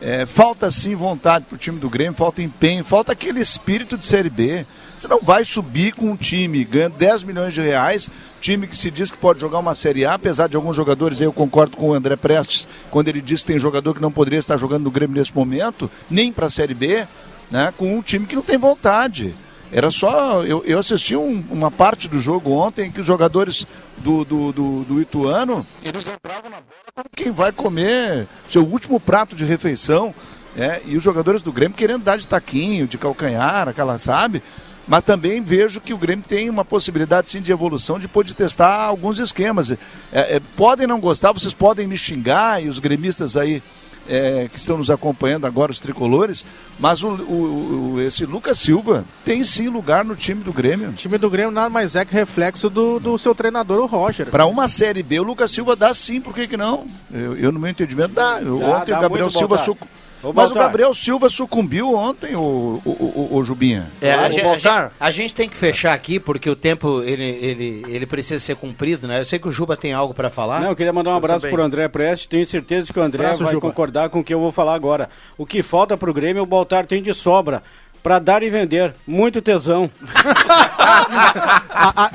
Speaker 13: É, falta sim vontade pro time do Grêmio, falta empenho, falta aquele espírito de Série B. Você não vai subir com um time ganhando 10 milhões de reais, time que se diz que pode jogar uma Série A, apesar de alguns jogadores, aí eu concordo com o André Prestes, quando ele disse que tem jogador que não poderia estar jogando no Grêmio nesse momento, nem para a Série B, né, com um time que não tem vontade. Era só. Eu, eu assisti um- uma parte do jogo ontem que os jogadores do, do, do, do Ituano, eles entravam na bola como quem vai comer seu último prato de refeição. né? e os jogadores do Grêmio querendo dar de taquinho, de calcanhar, aquela, sabe? Mas também vejo que o Grêmio tem uma possibilidade sim de evolução de poder testar alguns esquemas. É, é, podem não gostar, vocês podem me xingar e os gremistas aí é, que estão nos acompanhando agora, os tricolores, mas o, o- o- esse Lucas Silva tem sim lugar no time do Grêmio.
Speaker 10: O time do Grêmio nada mais é que reflexo do, do seu treinador, o Roger.
Speaker 13: Para uma Série B, o Lucas Silva dá sim, por que, que não? Eu, eu, no meu entendimento, dá. Eu-
Speaker 10: Dá,
Speaker 13: ontem
Speaker 10: dá
Speaker 13: o Gabriel
Speaker 10: muito,
Speaker 13: Silva
Speaker 10: Baltar.
Speaker 13: sucu-
Speaker 10: Ô,
Speaker 13: Mas o
Speaker 10: Baltar.
Speaker 13: Gabriel Silva sucumbiu ontem, o, o, o- o Jubinha.
Speaker 3: É,
Speaker 13: o
Speaker 3: a, gen- a gente,
Speaker 13: Baltar.
Speaker 3: a gente tem que fechar aqui porque o tempo ele, ele, ele precisa ser cumprido, né? Eu sei que o Juba tem algo para falar.
Speaker 11: Não, eu queria mandar um abraço
Speaker 3: também.
Speaker 11: para o André Prestes. Tenho certeza que o André
Speaker 3: Abraço,
Speaker 11: vai
Speaker 3: Juba.
Speaker 11: concordar com o que eu vou falar agora. O que falta para o Grêmio, o Baltar tem de sobra. Para dar e vender. Muito tesão.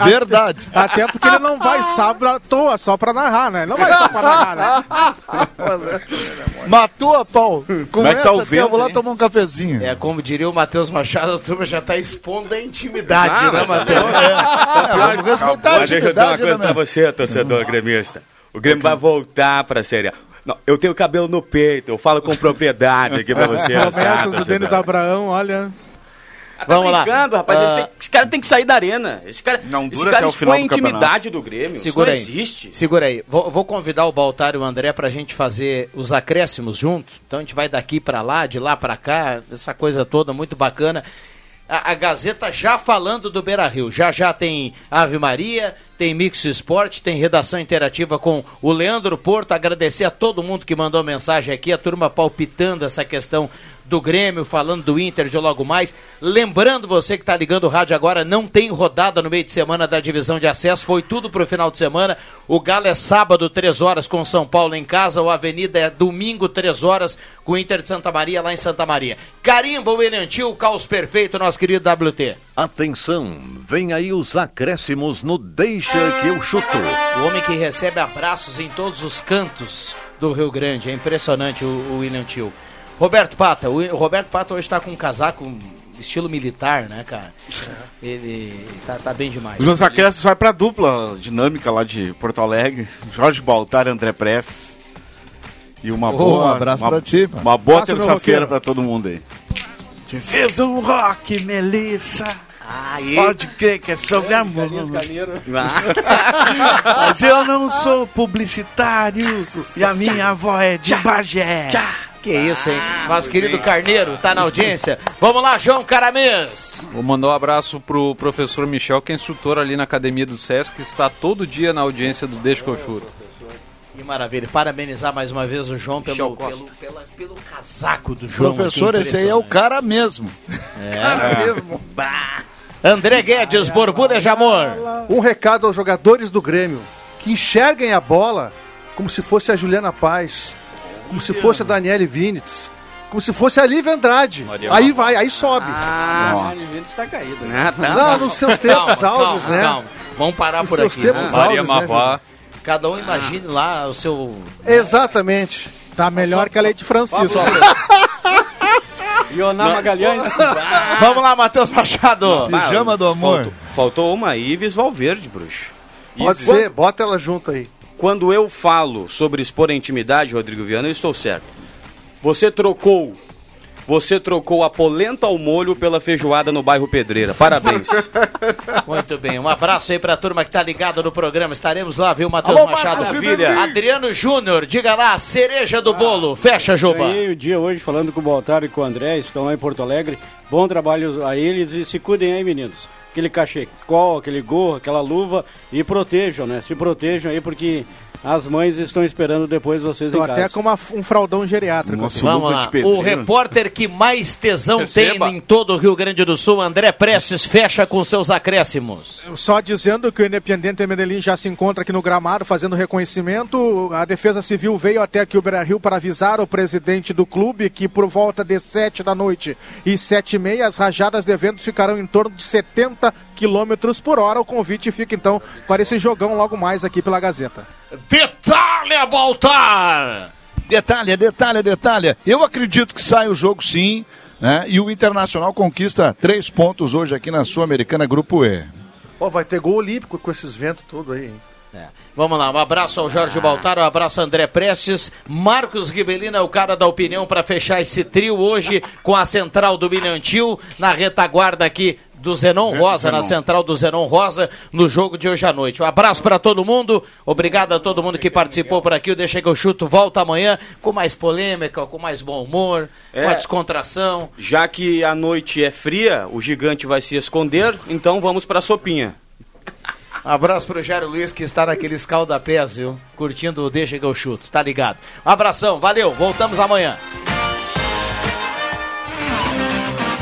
Speaker 13: Verdade.
Speaker 10: Até porque ele não vai sábado à toa, só pra narrar, né? Não vai só pra narrar, né?
Speaker 13: Matou a pau.
Speaker 3: Como é que
Speaker 13: Começa até,
Speaker 3: tá o
Speaker 13: eu vou
Speaker 3: vento,
Speaker 13: lá
Speaker 3: hein?
Speaker 13: tomar um cafezinho.
Speaker 3: É, como diria o Matheus Machado, a turma já tá expondo a intimidade,
Speaker 12: Ah,
Speaker 3: né,
Speaker 12: mas tá
Speaker 3: Matheus?
Speaker 12: Mas deixa eu dizer uma coisa pra você, torcedor gremista. O Grêmio vai voltar pra Série A. Não, eu tenho cabelo no peito, eu falo com propriedade aqui pra você. tá,
Speaker 10: Promessas do
Speaker 12: torcedor?
Speaker 10: Denis Abraão, olha.
Speaker 12: Vamos lá.
Speaker 6: Ah, tá brincando, rapaz. Eles
Speaker 12: Ah.
Speaker 6: têm- esse cara tem que sair da arena. Esse cara, não esse
Speaker 3: dura
Speaker 6: cara
Speaker 3: até o
Speaker 6: expõe
Speaker 3: final
Speaker 6: a
Speaker 3: do
Speaker 6: intimidade
Speaker 3: campeonato.
Speaker 6: do Grêmio.
Speaker 3: Segura aí.
Speaker 6: Isso não existe.
Speaker 3: Segura aí. Vou, vou convidar o Baltar e o André pra gente fazer os acréscimos juntos. Então a gente vai daqui pra lá, de lá pra cá, essa coisa toda muito bacana. A, a Gazeta já falando do Beira Rio. Já já tem Ave Maria, tem Mix Esporte, tem redação interativa com o Leandro Porto. Agradecer a todo mundo que mandou mensagem aqui, a turma palpitando essa questão do Grêmio, falando do Inter de logo mais. Lembrando você que está ligando o rádio agora, não tem rodada no meio de semana da divisão de acesso, foi tudo pro final de semana. O Galo é sábado, três horas, com o São Paulo em casa. O Avenida é domingo, três horas, com o Inter de Santa Maria, lá em Santa Maria. Carimba, o Eliantil, caos perfeito, nosso querido WT.
Speaker 4: Atenção, vem aí os acréscimos no Deixa que eu chuto.
Speaker 3: O homem que recebe abraços em todos os cantos do Rio Grande. É impressionante o, o William Tio. Roberto Pata. O, I- o Roberto Pata hoje está com um casaco estilo militar, né, cara? Ele tá, tá bem demais.
Speaker 2: Os meus acréscimos vai pra dupla dinâmica lá de Porto Alegre. Jorge Baltar, André Prestes. E uma
Speaker 13: Oh,
Speaker 2: boa.
Speaker 13: um abraço
Speaker 2: uma,
Speaker 13: pra ti, mano.
Speaker 2: Uma boa
Speaker 13: Abraço, meu
Speaker 2: terça-feira
Speaker 13: roqueiro.
Speaker 2: pra todo mundo aí.
Speaker 7: Te fez um rock, Melissa. Pode crer que é sobre amor. Mas eu não sou publicitário e a minha avó é de Bagé.
Speaker 3: Que isso, hein? Nosso querido Carneiro tá na audiência. Vamos lá, João Caramês.
Speaker 8: Vou mandar um abraço pro professor Michel, que é instrutor ali na academia do SESC, que está todo dia na audiência do Deixa que eu chuto.
Speaker 3: Que maravilha. Parabenizar mais uma vez o João pelo, pelo, pela- pelo casaco do João. aqui,
Speaker 13: Professor, esse aí é o cara mesmo.
Speaker 3: É. Cara mesmo. André Guedes, Borbulha de Amor.
Speaker 5: Um recado aos jogadores do Grêmio que enxerguem a bola como se fosse a Juliana Paz, como se fosse a Daniele Vinitz, como se fosse a Lívia Andrade.
Speaker 11: Olha,
Speaker 5: Aí
Speaker 11: mano.
Speaker 5: vai, aí sobe.
Speaker 11: Ah, o Juventus está caído. né?
Speaker 3: Ah, tá.
Speaker 5: Não, nos seus tempos áureos, né?
Speaker 3: Vamos parar
Speaker 5: Nos
Speaker 3: por
Speaker 5: seus
Speaker 3: aqui.
Speaker 5: tempos
Speaker 3: vamos.
Speaker 5: Maria áureos, né, Mavó. Júlio?
Speaker 3: Cada um imagine lá o seu.
Speaker 5: Exatamente.
Speaker 10: Tá melhor que a Leite Francisco.
Speaker 11: Ioná Magalhães.
Speaker 3: Vamos lá, Matheus Machado.
Speaker 6: Pijama
Speaker 5: do amor.
Speaker 6: Faltou, faltou uma Ives Valverde, bruxo.
Speaker 5: Pode
Speaker 6: Ives-
Speaker 5: ser, bota ela junto aí.
Speaker 6: Quando eu falo sobre expor a intimidade, Rodrigo Viana, eu estou certo. Você trocou. Você trocou a polenta ao molho pela feijoada no bairro Pedreira. Parabéns.
Speaker 3: Muito bem, um abraço aí pra turma que tá ligada no programa. Estaremos lá, viu, Matheus
Speaker 6: Alô,
Speaker 3: Machado?
Speaker 6: maravilha.
Speaker 3: Adriano Júnior, diga lá, a cereja do bolo. Fecha, Juba.
Speaker 11: Ganhei o dia hoje falando com o Baltar e com o André, estão lá em Porto Alegre. Bom trabalho a eles e se cuidem aí, meninos. Aquele cachecol, aquele gorro, aquela luva e protejam, né? Se protejam aí porque as mães estão esperando depois vocês
Speaker 10: Tô
Speaker 11: em casa.
Speaker 10: até com uma- um fraldão geriátrico. aqui.
Speaker 3: Vamos lá. O repórter que mais tesão
Speaker 10: Receba.
Speaker 3: tem em todo o Rio Grande do Sul, André Prestes, fecha com seus acréscimos.
Speaker 10: Só dizendo que o Independiente Medellín já se encontra aqui no gramado fazendo reconhecimento. A Defesa Civil veio até aqui o Beira Rio para avisar o presidente do clube que por volta de 7 da noite e 7 e meia as rajadas de ventos ficarão em torno de 70 quilômetros por hora. O convite fica então para esse jogão logo mais aqui pela Gazeta.
Speaker 3: Detalhe a Baltar!
Speaker 13: Detalhe, detalhe, detalhe. Eu acredito que sai o jogo sim, né? E o Internacional conquista três pontos hoje aqui na Sul-Americana Grupo E.
Speaker 5: Ó, vai ter gol olímpico com esses ventos todos aí, hein?
Speaker 3: Vamos lá, um abraço ao Jorge Baltar, um abraço ao André Prestes. Marcos Ribelina é o cara da opinião para fechar esse trio hoje com a central do Minantil, na retaguarda aqui do Zenon Rosa, na central do Zenon Rosa, no jogo de hoje à noite. Um abraço para todo mundo, obrigado a todo mundo que participou por aqui. O Deixa que eu chuto volta amanhã com mais polêmica, com mais bom humor, com a
Speaker 6: É.
Speaker 3: descontração.
Speaker 6: Já que a noite é fria, o gigante vai se esconder, então vamos pra sopinha.
Speaker 3: Abraço pro Jairo Luiz que está naquele escalda-pés, viu? Curtindo o Deixa que eu chuto, tá ligado? Abração, valeu, voltamos amanhã.